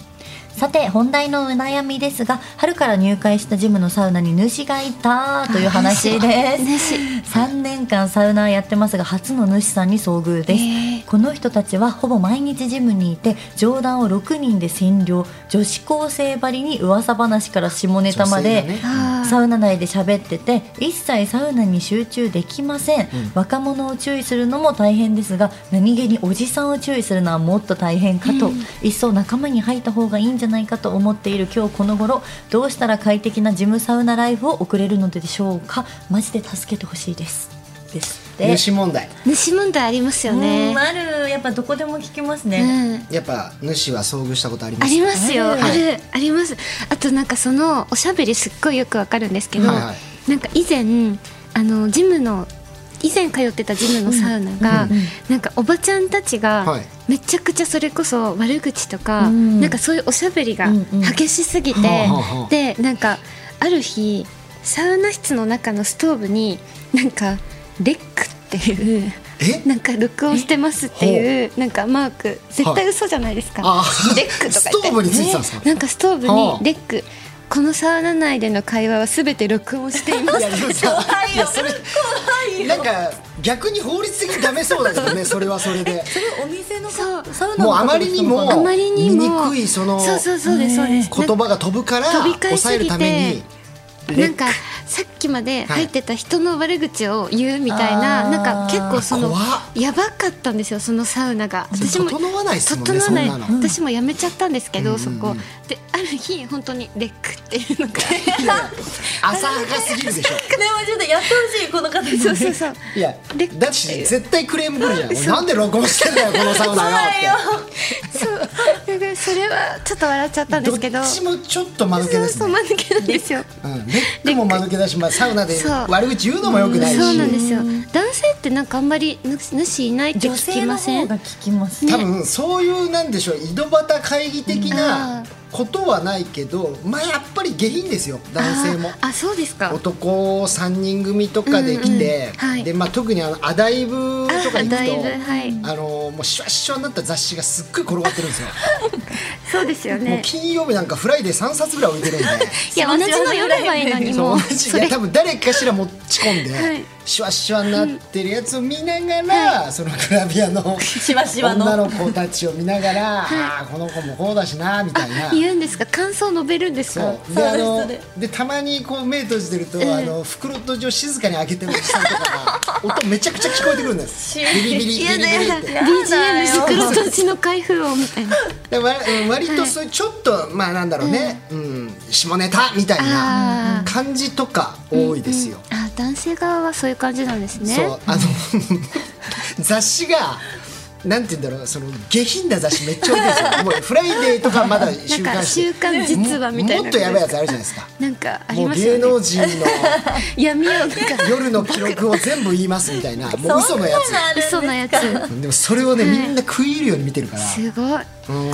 Speaker 2: さて本題のお悩みですが春から入会したジムのサウナに主がいたという話です3年 間サウナーやってますが初の主さんに遭遇です、この人たちはほぼ毎日ジムにいて上段を6人で占領女子高生ばりに噂話から下ネタま
Speaker 1: 女
Speaker 2: で、
Speaker 1: 性がね
Speaker 3: ああ
Speaker 2: サウナ内で喋ってて一切サウナに集中できません、若者を注意するのも大変ですが何気におじさんを注意するのはもっと大変かと、一層仲間に入った方がいいんじゃないかと思っている今日この頃どうしたら快適なジムサウナライフを送れるのでしょうかマジで助けてほしいですですって
Speaker 1: 主問題
Speaker 3: 主問題ありますよね
Speaker 2: うんあるやっぱどこでも聞きます
Speaker 3: う
Speaker 2: ね、
Speaker 3: ん
Speaker 1: やっぱ主は遭遇したことありま
Speaker 3: あ
Speaker 1: す
Speaker 3: りますよ、
Speaker 2: はい
Speaker 3: あるありますあとなんかそのおしゃべりすっごいよくわかるんですけど、
Speaker 1: はいは
Speaker 3: なんか以前あのジムの以前通ってたジムのサウナが、なんかおばちゃんたち
Speaker 1: は
Speaker 3: が
Speaker 1: い
Speaker 3: めちゃくちゃそれこそ悪口とか、
Speaker 2: うん
Speaker 3: なんかそういうおしゃべりが
Speaker 2: うんうん
Speaker 3: 激しすぎて、
Speaker 1: はあはあ
Speaker 3: でなんかある日サウナ室の中のストーブになんかレックっていう
Speaker 1: え
Speaker 3: なんか録音してますっていうなんかマーク絶対嘘じゃないですか、
Speaker 1: あー
Speaker 3: レックとか言って
Speaker 1: ストーブについてたんですか
Speaker 3: ねなんかストーブ
Speaker 1: はあ
Speaker 3: にレックこのサウナ内での会話はすべて録音しています
Speaker 1: いやでもさ
Speaker 2: 怖いよ
Speaker 1: それなんか逆に法律的にダメそうだけどねそれはそれで
Speaker 2: それお店の
Speaker 3: そう
Speaker 2: サウナの
Speaker 1: もうあまりにも
Speaker 3: あまりにも
Speaker 1: 醜いその
Speaker 3: そうそうそうですそうです
Speaker 1: 言葉が飛ぶから
Speaker 3: 飛び交い
Speaker 1: 抑え
Speaker 3: す
Speaker 1: る
Speaker 3: ぎて
Speaker 1: ために
Speaker 3: なんかさっきまで入ってた人の悪口を言うみたいな、
Speaker 2: はい
Speaker 3: なんか結構その
Speaker 1: 怖っ
Speaker 3: やばかったんですよそのサウナが
Speaker 1: それ
Speaker 3: 私も
Speaker 1: 整わないですもんね
Speaker 3: 整わない
Speaker 1: そんなの
Speaker 3: 私もやめちゃったんですけど、
Speaker 1: うん
Speaker 3: そこである日本当にレックっていうのが
Speaker 1: 浅はかすぎるでしょ
Speaker 2: でもちょっとやってほしいこの方に
Speaker 3: そうそうそう
Speaker 1: いや
Speaker 3: レック
Speaker 1: だし絶対クレーム来るじゃん俺なんで録音してんだよこのサウナよ
Speaker 3: そうだからそれはちょっと笑っちゃったんで
Speaker 1: っ
Speaker 3: す
Speaker 1: て
Speaker 3: けど
Speaker 1: どっちもちょっと間抜け
Speaker 3: そう
Speaker 1: です
Speaker 3: そう
Speaker 1: ね
Speaker 3: 間抜けなんですよ
Speaker 1: うんレックも間抜けだしまあサウナで
Speaker 3: そう
Speaker 1: 悪口言うのもよくないし
Speaker 3: そうなんですよ男性ってなんかあんまり主いないって
Speaker 2: 女
Speaker 3: 聞
Speaker 2: 性
Speaker 3: き
Speaker 2: の
Speaker 3: ませ
Speaker 2: 方
Speaker 3: ん
Speaker 2: が聞きます
Speaker 1: 多分そういうなんでしょう井戸端会議的
Speaker 3: う
Speaker 1: なんことはないけどまあやっぱり下品ですよ男性も
Speaker 3: あーあそうですか
Speaker 1: 男3人組とかで来て、
Speaker 3: うんうんはい
Speaker 1: でまあ、特にあのアダイブとか行くと
Speaker 3: あアダイブはい
Speaker 1: あのもうシュワシュワになった雑誌がすっごい転がってるんですよ、
Speaker 3: そうですよ
Speaker 1: もう
Speaker 3: ね
Speaker 1: 金曜日なんかフライデー3冊ぐらい置いてるん で
Speaker 3: いや同じの読めばいいのに
Speaker 1: そう
Speaker 3: も
Speaker 1: う同じ
Speaker 3: そ
Speaker 1: いや
Speaker 3: れ
Speaker 1: 多分誰かしら持ち込んで、
Speaker 3: はい
Speaker 1: シュワシュワになってるやつを見ながら、そのグラビアの
Speaker 2: しわしわの
Speaker 1: 女の子たちを見ながら、ああこの子もこうだしなみたいな。
Speaker 3: 言うんですか感想述べるんですか
Speaker 1: そうであ
Speaker 2: そう
Speaker 1: の
Speaker 2: です
Speaker 1: でたまにこう目閉じてると、あの袋とじを静かに開けてるおじさんとかが音めちゃくちゃ聞こえてくるんですビリビリビリビリ
Speaker 3: やだ
Speaker 1: ビリ
Speaker 3: や
Speaker 1: っ
Speaker 3: だ
Speaker 1: て
Speaker 3: BGM 袋とじの開封音みたいな
Speaker 1: でわ割とそういうちょっと、まあなんだろうね、うん、下ネタみたいな
Speaker 3: あー
Speaker 1: 感じとか多いですよ、
Speaker 3: あ男性側はそういう感じなんですね
Speaker 1: そうあの 雑誌がなんて言うんだろうその下品な雑誌めっちゃ多いですよもうフライデーとかまだ週
Speaker 3: なん
Speaker 1: 刊
Speaker 3: か
Speaker 1: 誌
Speaker 3: 週刊実話みたいな
Speaker 1: ももっとやばいやつあるじゃないですか
Speaker 3: なんかあり
Speaker 1: もう
Speaker 3: ます
Speaker 1: 芸
Speaker 3: よ
Speaker 1: 能
Speaker 3: ね
Speaker 1: 人の
Speaker 3: 闇をなんか
Speaker 1: 夜の記録を全部言いますみたい なもう嘘のや
Speaker 3: 嘘のやつ
Speaker 1: つでもそれをねみんな食い入るように見てるから
Speaker 3: すごい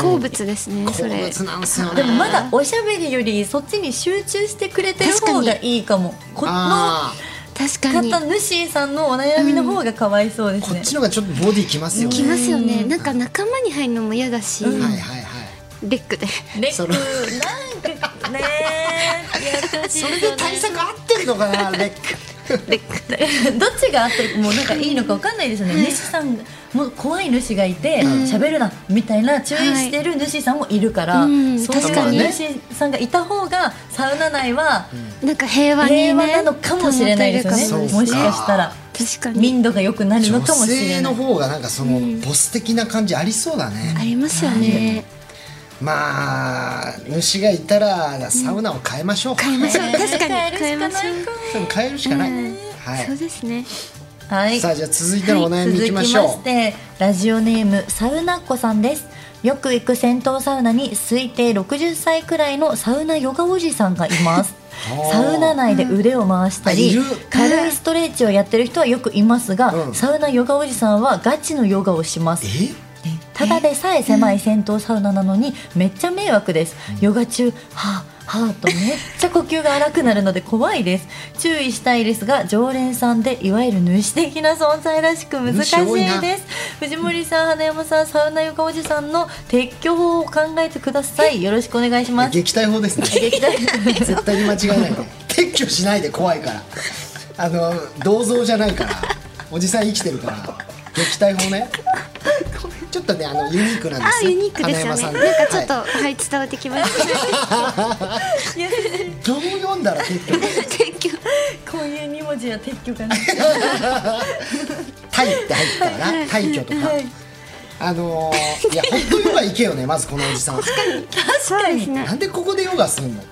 Speaker 3: 好物ですねそ
Speaker 1: 好
Speaker 3: れ
Speaker 1: 物なんですよ
Speaker 2: でも
Speaker 1: ね
Speaker 2: まだおしゃべりよりそっちに集中してくれてる方がいいかもこの方
Speaker 1: あー
Speaker 3: 確かに
Speaker 2: 主さんのお悩みの方がかわいそうです
Speaker 1: こ
Speaker 2: ね
Speaker 1: っちの方がちょっとボディきますよね
Speaker 3: きますよねなんか仲間に入るのも嫌だし
Speaker 1: はいはいはい
Speaker 3: レックで
Speaker 2: レッ
Speaker 1: そ
Speaker 2: ク
Speaker 1: の
Speaker 2: なんかね
Speaker 1: それで対策合ってるのかなレック
Speaker 2: どっちがあってもうなんかいいのかわかんないですよね主さんもう怖い主がいて喋るなみたいな注意してる主さんもいるから、
Speaker 3: うん
Speaker 2: そう
Speaker 3: 確
Speaker 1: かに
Speaker 2: いう主さんがいた方がサウナ内は
Speaker 3: なんか平和にね
Speaker 2: 平和なのかもしれないですよね
Speaker 1: そうですね
Speaker 2: もしかしたら
Speaker 3: 確かに
Speaker 2: 民度が良くなるの
Speaker 1: 女
Speaker 2: かもしれ
Speaker 1: 性の
Speaker 2: ない
Speaker 1: 方がなんかそのボス的な感じありそうだね
Speaker 3: ありますよね
Speaker 1: まあ主がいたらサウナを変えましょう
Speaker 3: 買いましょう確かに
Speaker 2: 変えるし
Speaker 3: 買い
Speaker 2: か
Speaker 3: まし
Speaker 2: な
Speaker 3: ょ
Speaker 2: いうか
Speaker 1: でも変えるしかないは
Speaker 3: そう
Speaker 1: い
Speaker 3: ですね
Speaker 2: はい
Speaker 1: さあじゃあ続いてのお悩みいきまし
Speaker 2: はい
Speaker 1: ょ
Speaker 2: 続きましてラジオネームサウナっ子さんですよく行く銭湯サウナに推定60歳くらいのサウナヨガおじさんがいます
Speaker 1: あー
Speaker 2: サウナ内で腕を回した
Speaker 1: あい
Speaker 2: り
Speaker 1: る
Speaker 2: 軽いストレッチをやってる人はよくいますが、
Speaker 1: うん
Speaker 2: サウナヨガおじさんはガチのヨガをします
Speaker 1: う
Speaker 2: ただでさえ狭い銭湯サウナなのにめっちゃ迷惑ですヨガ中はあはあとめっちゃ呼吸が荒くなるので怖いです注意したいですが常連さんでいわゆる主的な存在らしく難し
Speaker 1: 主多いない
Speaker 2: です藤森さん花山さんサウナヨガおじさんの撤去法を考えてくださいよろしくお願いし
Speaker 1: え
Speaker 2: ます
Speaker 1: 撃退法 ですね
Speaker 2: 撃退
Speaker 1: 絶対に間違いないね撤去しないで怖いからあの銅像じゃないからおじさん生きてるから撃退法 ねちょっとねあのユニークなんで
Speaker 3: あ
Speaker 1: す
Speaker 3: ユニークですよ
Speaker 1: 花山さ
Speaker 3: ねなんん
Speaker 1: で
Speaker 3: かちょっとはい伝わってきました
Speaker 1: どう読んだら撤去
Speaker 3: 撤去
Speaker 2: こういう二文字は撤去がない
Speaker 1: タイって入ったからな退去とかあのー いや本当ヨガ行けよねまずこのおじさん
Speaker 3: そうですね
Speaker 1: なんでここでヨガすんの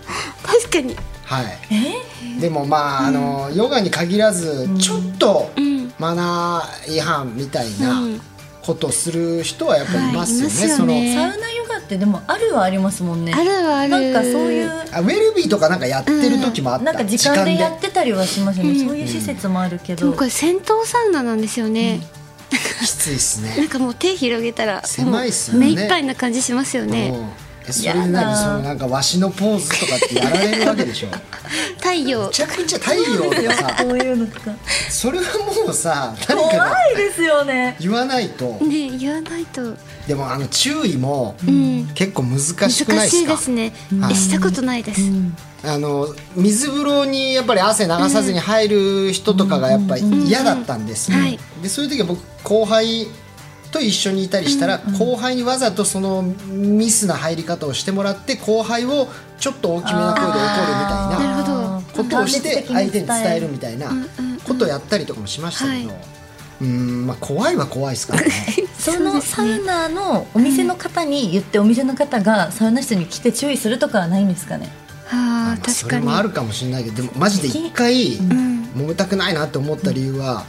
Speaker 3: 確かに
Speaker 1: はい、でもまあ、あのヨガに限らずちょっとマナー違反みたいなことをする人はやっぱりいますよね,、
Speaker 3: はいいますよね
Speaker 2: サウナヨガってってでもあるはありますもんね
Speaker 3: あるはある
Speaker 2: なんかそういう
Speaker 1: あウェルビーとかなんかやってる時もあった、
Speaker 2: なんか時間でやっててたりはしますよね、そういう施設もあるけ
Speaker 3: で
Speaker 2: ど、
Speaker 3: もこれ戦闘サウナなんですよね、
Speaker 1: きついっす
Speaker 3: な
Speaker 1: ね
Speaker 3: んかもう手広げたら
Speaker 1: 狭いっすよね
Speaker 3: もう目いっぱいな感じしますよね
Speaker 1: うんえそれで何そのなんかわしのポーズとかってやられるわけでしょめ
Speaker 3: 太陽
Speaker 1: ちゃくちゃ太陽でさ
Speaker 2: そういうのとか
Speaker 1: それはもうさ誰かが
Speaker 2: 怖いですよね
Speaker 1: 言わないと
Speaker 3: ね言わないと
Speaker 1: でもあの注意も
Speaker 3: ん
Speaker 1: 結構難しくな
Speaker 3: 難
Speaker 1: い
Speaker 3: しい
Speaker 1: で
Speaker 3: ですす
Speaker 1: か
Speaker 3: ね、
Speaker 1: はい
Speaker 3: したことないです、
Speaker 1: あの水風呂にやっぱり汗流さずに入る人とかがやっぱり嫌だったんですよ、
Speaker 3: うんうんはい
Speaker 1: でそういう時は僕後輩と一緒にいたりしたら、後輩にわざとそのミスな入り方をしてもらって後輩をちょっと大きめな声で怒るみ
Speaker 3: あー
Speaker 1: たい
Speaker 3: な
Speaker 1: な
Speaker 3: るほど
Speaker 1: ことをして相手に伝える
Speaker 2: た
Speaker 1: みたいな
Speaker 3: うんうん
Speaker 1: ことをやったりとかもしましたけど、
Speaker 3: は
Speaker 1: うーんまあ怖いは怖いですからね
Speaker 2: そのサウナのお店の方に言ってお店の方がサウナ室に来て注意するとかはないんですかね
Speaker 3: あ
Speaker 1: ま
Speaker 3: あ
Speaker 1: あそ
Speaker 3: 確
Speaker 1: れ
Speaker 3: かに
Speaker 1: もあるかもしれないけどでもマジで一回揉めたくないなって思った理由は、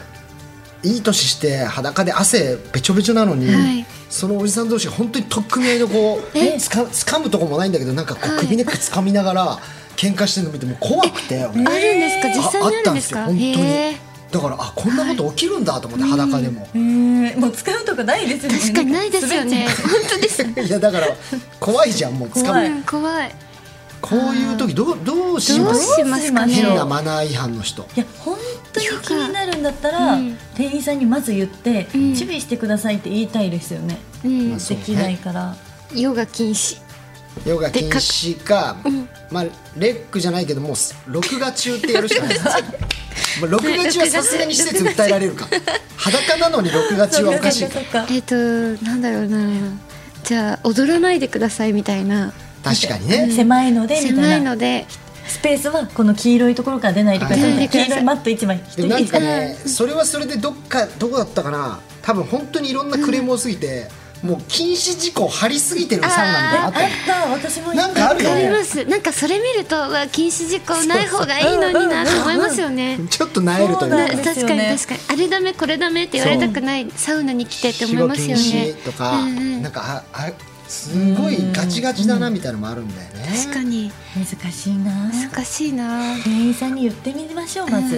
Speaker 1: いい年して裸で汗べちょべちょなのに、
Speaker 3: はい
Speaker 1: そのおじさん同士が本当に取っ組み合いのこう
Speaker 3: え
Speaker 1: つか掴むとこもないんだけどなんかこう
Speaker 3: はい
Speaker 1: 首根っこ掴みながら喧嘩してるの見てもう怖くて、俺
Speaker 3: あるんですか実際
Speaker 1: ああ
Speaker 3: に
Speaker 1: っ
Speaker 3: ある
Speaker 1: た
Speaker 3: ん
Speaker 1: ん
Speaker 3: で
Speaker 1: ですすよ
Speaker 3: か
Speaker 1: 本当に
Speaker 3: へえ
Speaker 1: だからあこんなこと起きるんだと思って裸でも、
Speaker 2: えー、もう使うとかないですよね
Speaker 3: 確かにないですよね本当です
Speaker 1: いやだから怖いじゃんもう掴
Speaker 2: 怖い
Speaker 1: む
Speaker 3: うん怖い
Speaker 1: こういう時どうどうしま
Speaker 3: どう
Speaker 1: す
Speaker 3: しますか
Speaker 2: どうしま
Speaker 3: ね
Speaker 1: 変
Speaker 2: しょ
Speaker 1: な
Speaker 2: う
Speaker 1: マナー違反の人
Speaker 2: いや本当に気になるんだったら、
Speaker 3: うん
Speaker 2: 店員さんにまず言って、
Speaker 3: うん
Speaker 2: 注意してくださいって言いたいですよね、
Speaker 3: うん
Speaker 1: まあそう
Speaker 2: できないから
Speaker 3: ヨガ禁止
Speaker 1: ヨガ禁止か
Speaker 3: ん
Speaker 1: まあ、レックじゃないけどもう録画中ってやるし かないですよまあ録画中はさすがに施設訴えられるか裸なのに録画中はおかしい
Speaker 2: そ
Speaker 1: か
Speaker 2: っかそっか
Speaker 3: えっとなんだろうなじゃあ踊らないでくださいみたいな
Speaker 1: 確かにね
Speaker 2: 狭いのでみたいな
Speaker 3: 狭いので
Speaker 2: スペースはこの黄色いところから出ないでください、
Speaker 3: はい
Speaker 2: 黄色いマット一枚一
Speaker 1: で
Speaker 2: 人
Speaker 1: もなんかねそれはそれでどっかどこだったかな多分本当にいろんなクレーム多すぎて、もう禁止事項張りすぎてるサウナみたいなのあ
Speaker 2: あ
Speaker 1: っ
Speaker 2: った
Speaker 1: よ
Speaker 2: た私も
Speaker 1: なんかある
Speaker 3: わ
Speaker 1: よ
Speaker 3: かりま
Speaker 1: ね
Speaker 3: すなんかそれ見るとうわ禁止事項ない方がいいのになと思いますよねね
Speaker 1: ちょっとなえるという
Speaker 2: そう
Speaker 1: か
Speaker 2: なんです
Speaker 3: 確
Speaker 2: よ
Speaker 3: かに
Speaker 2: ね
Speaker 3: 確かにあれダメこれダメって言われたくないサウナに来てって思いますよ
Speaker 1: 死後
Speaker 3: ね
Speaker 1: 禁止とか、
Speaker 3: うんうん
Speaker 1: なんかああすごいガチガチだなみたいなのもあるんだよね、
Speaker 3: 確かに
Speaker 2: 難しいな
Speaker 3: 難しいな
Speaker 2: 店員さんに言ってみましょうまず、
Speaker 3: う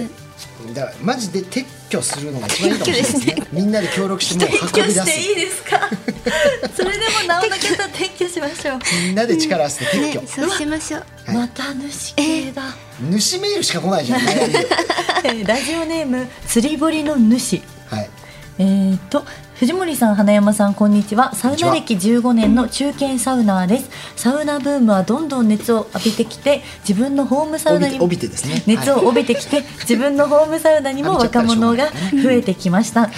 Speaker 3: ん
Speaker 1: だからマジで撤去するのが一番いいかもしれないですね
Speaker 3: 撤去
Speaker 1: みんなで協力してもう
Speaker 2: 撤去
Speaker 1: 運び出
Speaker 2: してい
Speaker 1: す
Speaker 2: いですか それでもなおなけた撤去しましょう
Speaker 1: みんなで力合わせて撤
Speaker 3: ね
Speaker 1: 去、
Speaker 3: そうしましょう
Speaker 1: はい
Speaker 2: また主系だ、
Speaker 1: 主メールしか来ないじゃん、は
Speaker 2: えーラジオネーム釣り堀の主
Speaker 1: い、
Speaker 2: えー、と藤森さん花山さんこんにちはサウ
Speaker 1: にちは
Speaker 2: ナ歴15年の中堅サウナーですサウナブームはどんどん熱を浴びてきて自分のホームサウナに
Speaker 1: 帯びて帯びてですね
Speaker 2: 熱を帯びてきて、自分のホームサウナ にも若者が増えてきました、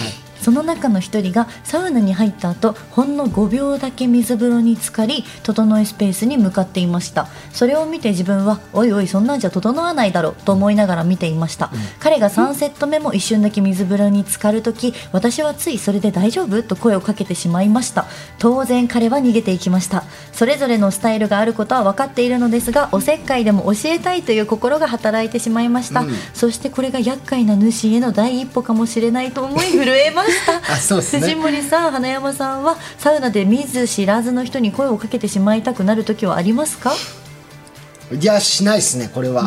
Speaker 2: その中の一人がサウナに入った後ほんの5秒だけ水風呂に浸かり整いスペースに向かっていましたそれを見て自分はおいおいそんなんじゃ整わないだろうと思いながら見ていました、彼が3セット目も一瞬だけ水風呂に浸かる時私はついそれで大丈夫と声をかけてしまいました当然彼は逃げていきましたそれぞれのスタイルがあることは分かっているのですがおせっかいでも教えたいという心が働いてしまいました、そしてこれが厄介な主への第一歩かもしれないと思い震えました
Speaker 1: あそうですね
Speaker 2: 藤森さん花山さんはサウナで見ず知らずの人に声をかけてしまいたくなる時はありますか
Speaker 1: いやしないですねこれは、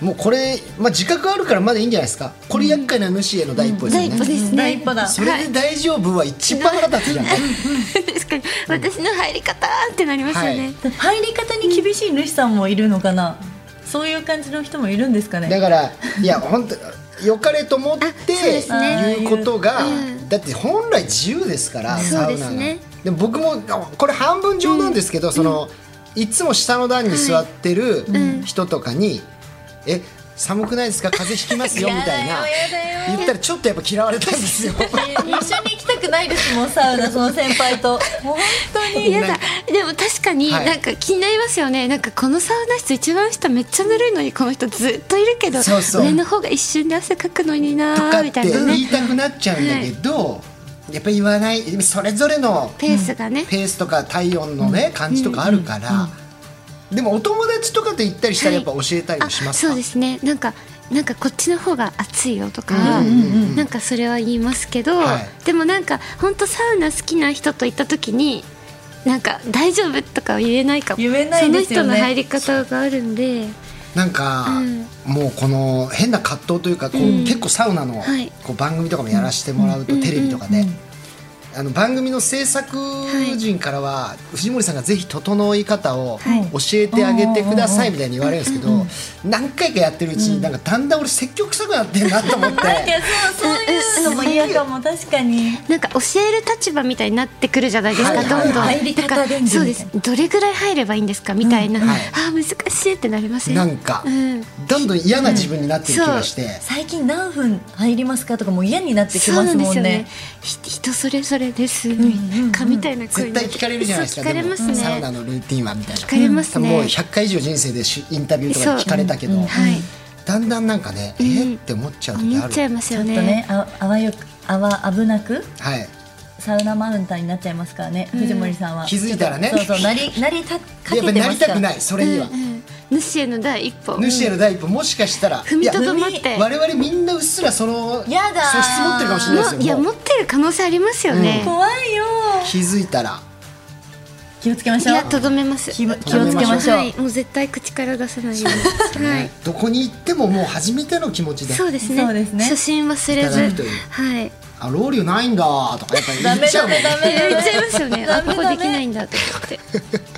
Speaker 1: もうこれ、まあ、自覚あるからまだいいんじゃないですかこれ厄介な主への第一歩です
Speaker 3: 第
Speaker 1: よ
Speaker 3: 一歩
Speaker 1: ね、
Speaker 3: ですね
Speaker 2: 第一歩だ
Speaker 1: それで大丈夫は一番腹立つじゃない、
Speaker 3: 確かに私の入り方ってなりますよね、
Speaker 2: 入り方に厳しい主さんもいるのかな、そういう感じの人もいるんですか
Speaker 1: だ
Speaker 2: ね
Speaker 1: からいや本当よかれと思って
Speaker 3: あそうですね
Speaker 1: 言うことが、
Speaker 3: うん
Speaker 1: だって本来自由ですから、サ
Speaker 3: そう
Speaker 1: ウ
Speaker 3: で
Speaker 1: ナ
Speaker 3: す
Speaker 1: が
Speaker 3: ね
Speaker 1: でも僕もあこれ半分冗談ですけど、そのいつも下の段に座ってる人とかに「え寒くないですか風邪ひきますよ」みたいな言ったらちょっとやっぱ嫌われたんですよ。
Speaker 2: 一緒に行きたくないですもんサウナその先輩ともう本当に
Speaker 3: いやだでも確かに
Speaker 1: はい
Speaker 3: なんか気になりますよね、なんかこのサウナ室一番下めっちゃぬるいのにこの人ずっといるけど
Speaker 1: そうそう
Speaker 3: 上の方が一瞬で汗かくのに
Speaker 1: と
Speaker 3: な
Speaker 1: か
Speaker 3: ー
Speaker 1: っ
Speaker 3: み
Speaker 1: て
Speaker 3: たいな
Speaker 1: 言い
Speaker 3: ね
Speaker 1: たくなっちゃうんだけど、やっぱ言わないそれぞれの
Speaker 3: ペースがね、
Speaker 1: ペースとか体温のね、感じとかあるから、でもお友達とかと行ったりしたらやっぱ教えたりも
Speaker 3: あ
Speaker 1: しますか、
Speaker 3: そうですねなんかなんかこっちの方が暑いよとか、なんかそれは言いますけど、
Speaker 1: は
Speaker 3: でもなんか本当サウナ好きな人と行った時になんか大丈夫とかは言えないかも
Speaker 2: 言えないですよね
Speaker 3: その人の入り方があるんで
Speaker 1: なんか、
Speaker 3: うん
Speaker 1: もうこの変な葛藤というかこう、結構サウナの、
Speaker 3: はい
Speaker 1: こう番組とかもやらせてもらうと、テレビとかで、あの番組の制作陣からは、藤森さんがぜひ整い方を教えてあげてくださいみたいに言われるんですけど、何回かやってるうちになんかだんだん俺積極臭くなってる なと思って。
Speaker 2: いやそうそういうのも嫌かも確かに
Speaker 3: なんか教える立場みたいになってくるじゃないですか、
Speaker 1: はいはい
Speaker 3: どんどん
Speaker 2: 入り方
Speaker 3: だから
Speaker 2: 伝授
Speaker 3: そう
Speaker 2: み
Speaker 3: で
Speaker 2: たい
Speaker 3: すどれぐらい入ればいいんですかみたいな、
Speaker 1: はい
Speaker 3: ああ難しいってなりません
Speaker 1: なんか、
Speaker 3: うん
Speaker 1: どんどん嫌な自分になってる気がして、
Speaker 2: 最近何分入りますかとかもう嫌になってき
Speaker 3: そう
Speaker 2: ま
Speaker 3: な
Speaker 2: す
Speaker 3: んで
Speaker 2: もん
Speaker 3: すよね
Speaker 2: ね。
Speaker 3: ひ人それぞれです、かみたいな
Speaker 1: 絶
Speaker 3: 声に
Speaker 1: 対聞かれるじゃないですか
Speaker 3: そう聞かれます
Speaker 1: で
Speaker 3: ね。
Speaker 1: もサウナのルーティンはみたいな
Speaker 3: 聞かれますね。
Speaker 1: もう100回以上人生でしインタビューとかで聞かれたけど、
Speaker 3: そううんはい
Speaker 1: だんだんなんかね、
Speaker 3: ん
Speaker 1: えーって思っちゃう時
Speaker 3: 思
Speaker 1: あ
Speaker 3: っ
Speaker 1: る
Speaker 3: ちゃいます
Speaker 2: ちょ
Speaker 3: よ
Speaker 2: っと
Speaker 3: ね。
Speaker 2: ねああわよくあわ危なく
Speaker 1: はい
Speaker 2: サウナマウンターになっちゃいますからね、藤森さんは
Speaker 1: 気づいたらね
Speaker 2: そうそうなりなりたかけ
Speaker 1: や
Speaker 2: て
Speaker 1: っぱりな
Speaker 2: ま
Speaker 1: り
Speaker 2: すか
Speaker 1: た
Speaker 2: ら
Speaker 1: くないそれには、
Speaker 3: うん主への第一歩。
Speaker 1: 主への第一歩もしかしたら、
Speaker 3: 踏
Speaker 1: い
Speaker 3: み
Speaker 1: や
Speaker 3: とどまっ
Speaker 2: 踏
Speaker 3: て。
Speaker 1: 我々みんなうっすらその
Speaker 2: やだ
Speaker 1: 素
Speaker 2: ー
Speaker 1: 質持ってるかもしれないですよ
Speaker 3: もいや
Speaker 1: もう
Speaker 3: 持ってる可能性ありますよね。
Speaker 2: 怖いよ
Speaker 1: 気づいたら
Speaker 2: 気をつけまし
Speaker 3: い
Speaker 2: ょう
Speaker 3: やとどめます。
Speaker 2: 気を気をつけましょう、
Speaker 3: はい、もう絶対口から出さないように。はい。
Speaker 1: どこに行ってももう初めての気持ちで
Speaker 3: そうですね。
Speaker 2: そうですね
Speaker 3: 初心忘れ
Speaker 1: いただくと
Speaker 3: ず
Speaker 1: い。う
Speaker 3: はい。
Speaker 1: あロウリュないんだーとかやっぱり言
Speaker 2: ダ
Speaker 1: っ
Speaker 2: メ
Speaker 1: ちゃ
Speaker 2: ダ
Speaker 1: うもん
Speaker 2: メダメ
Speaker 3: 言
Speaker 2: ダ
Speaker 3: っちゃい
Speaker 2: メ
Speaker 3: ますよね。
Speaker 2: ダ
Speaker 3: あ
Speaker 2: メ
Speaker 3: こ
Speaker 2: ダメ
Speaker 3: こできないんだと思って。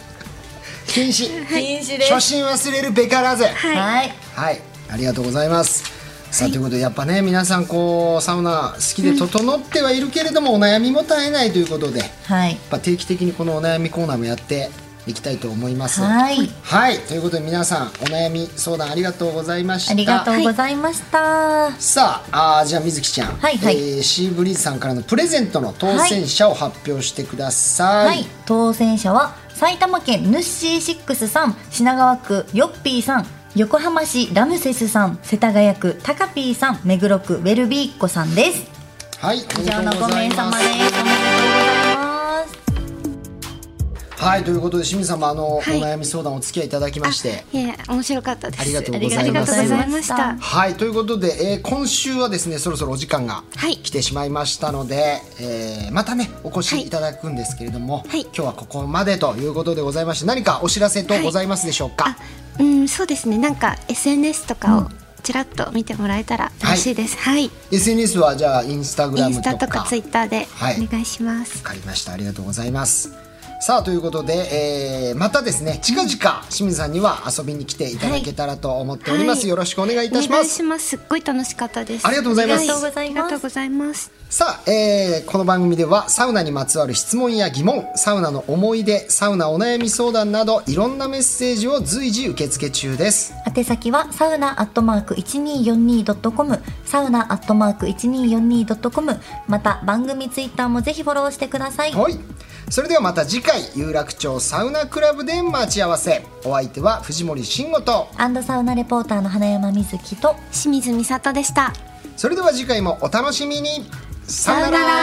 Speaker 1: 禁止
Speaker 2: 禁止です
Speaker 1: 初心忘れるべからず
Speaker 3: はい
Speaker 2: はい
Speaker 1: はい、ありがとうございます。さあ、ということでやっぱね皆さんこうサウナ好きで整ってはいるけれども、お悩みも絶えないということでやっ
Speaker 2: はい
Speaker 1: ぱ定期的にこのお悩みコーナーもやっていきたいと思います。
Speaker 2: はい
Speaker 1: はいということで皆さんお悩み相談ありがとうございました。
Speaker 2: ありがとうございました、
Speaker 1: さああーじゃあ水木ちゃん、
Speaker 2: はいはい
Speaker 1: えーシーブリーズさんからのプレゼントの当選者を発表してください。
Speaker 2: はい、当選者は埼玉県ヌッシーシックスさん品川区ヨッピーさん横浜市ラムセスさん世田谷区タカピーさん目黒区ウェルビーッコさんです
Speaker 1: はい、あ
Speaker 2: 以
Speaker 1: り
Speaker 2: 上の
Speaker 1: がとう
Speaker 2: 5
Speaker 1: ござ
Speaker 2: 名
Speaker 1: い
Speaker 2: 様
Speaker 1: ま
Speaker 2: ですすおめでとうございます
Speaker 1: はいということで清水さんもあの、
Speaker 3: はい
Speaker 1: お悩み相談お付き合いいただきまして。
Speaker 3: いや面白かったです。
Speaker 1: ありがとうございます
Speaker 3: ありがとうございました。
Speaker 1: はいということで、えー今週はですねそろそろお時間が
Speaker 3: はい
Speaker 1: 来てしまいましたので、えーまたねお越しいただくんですけれども、
Speaker 3: はい
Speaker 1: 今日はここまでということでございまして何かお知らせとございますでしょうか、
Speaker 3: あ、うん、そうですね。なんか SNS とかをちらっと見てもらえたら嬉しいです。はい。
Speaker 1: SNS はじゃあインスタグラ
Speaker 3: イン
Speaker 1: ム
Speaker 3: ス
Speaker 1: とか
Speaker 3: タとかツイッターで
Speaker 1: はい
Speaker 3: お願いします。
Speaker 1: わかりましたありがとうございますさあということで、えーまたですね近々清水さんには遊びに来ていただけたらと思っております、
Speaker 3: はい
Speaker 1: よろしくお願いい
Speaker 3: お
Speaker 1: たしま
Speaker 3: 願い
Speaker 1: す
Speaker 3: します。すっごい楽しかったです。
Speaker 1: ありがとうございます
Speaker 3: は
Speaker 2: あ
Speaker 3: あ
Speaker 2: り
Speaker 3: り
Speaker 2: がと
Speaker 3: がと
Speaker 2: う
Speaker 3: う
Speaker 2: ご
Speaker 3: ございます。
Speaker 1: さあ、えーこの番組ではサウナにまつわる質問や疑問サウナの思い出サウナお悩み相談などいろんなメッセージを随時受付中です
Speaker 2: 宛先はサウナアットマーク 1242.com サウナアットマーク 1242.com また番組ツイッターもぜひフォローしてください
Speaker 1: はいそれではまた次回有楽町サウナクラブで待ち合わせお相手は藤森慎吾と
Speaker 2: アンドサウナレポーターの花山瑞希と
Speaker 3: 清水美里でした。
Speaker 1: それでは次回もお楽しみにさ
Speaker 3: さよなら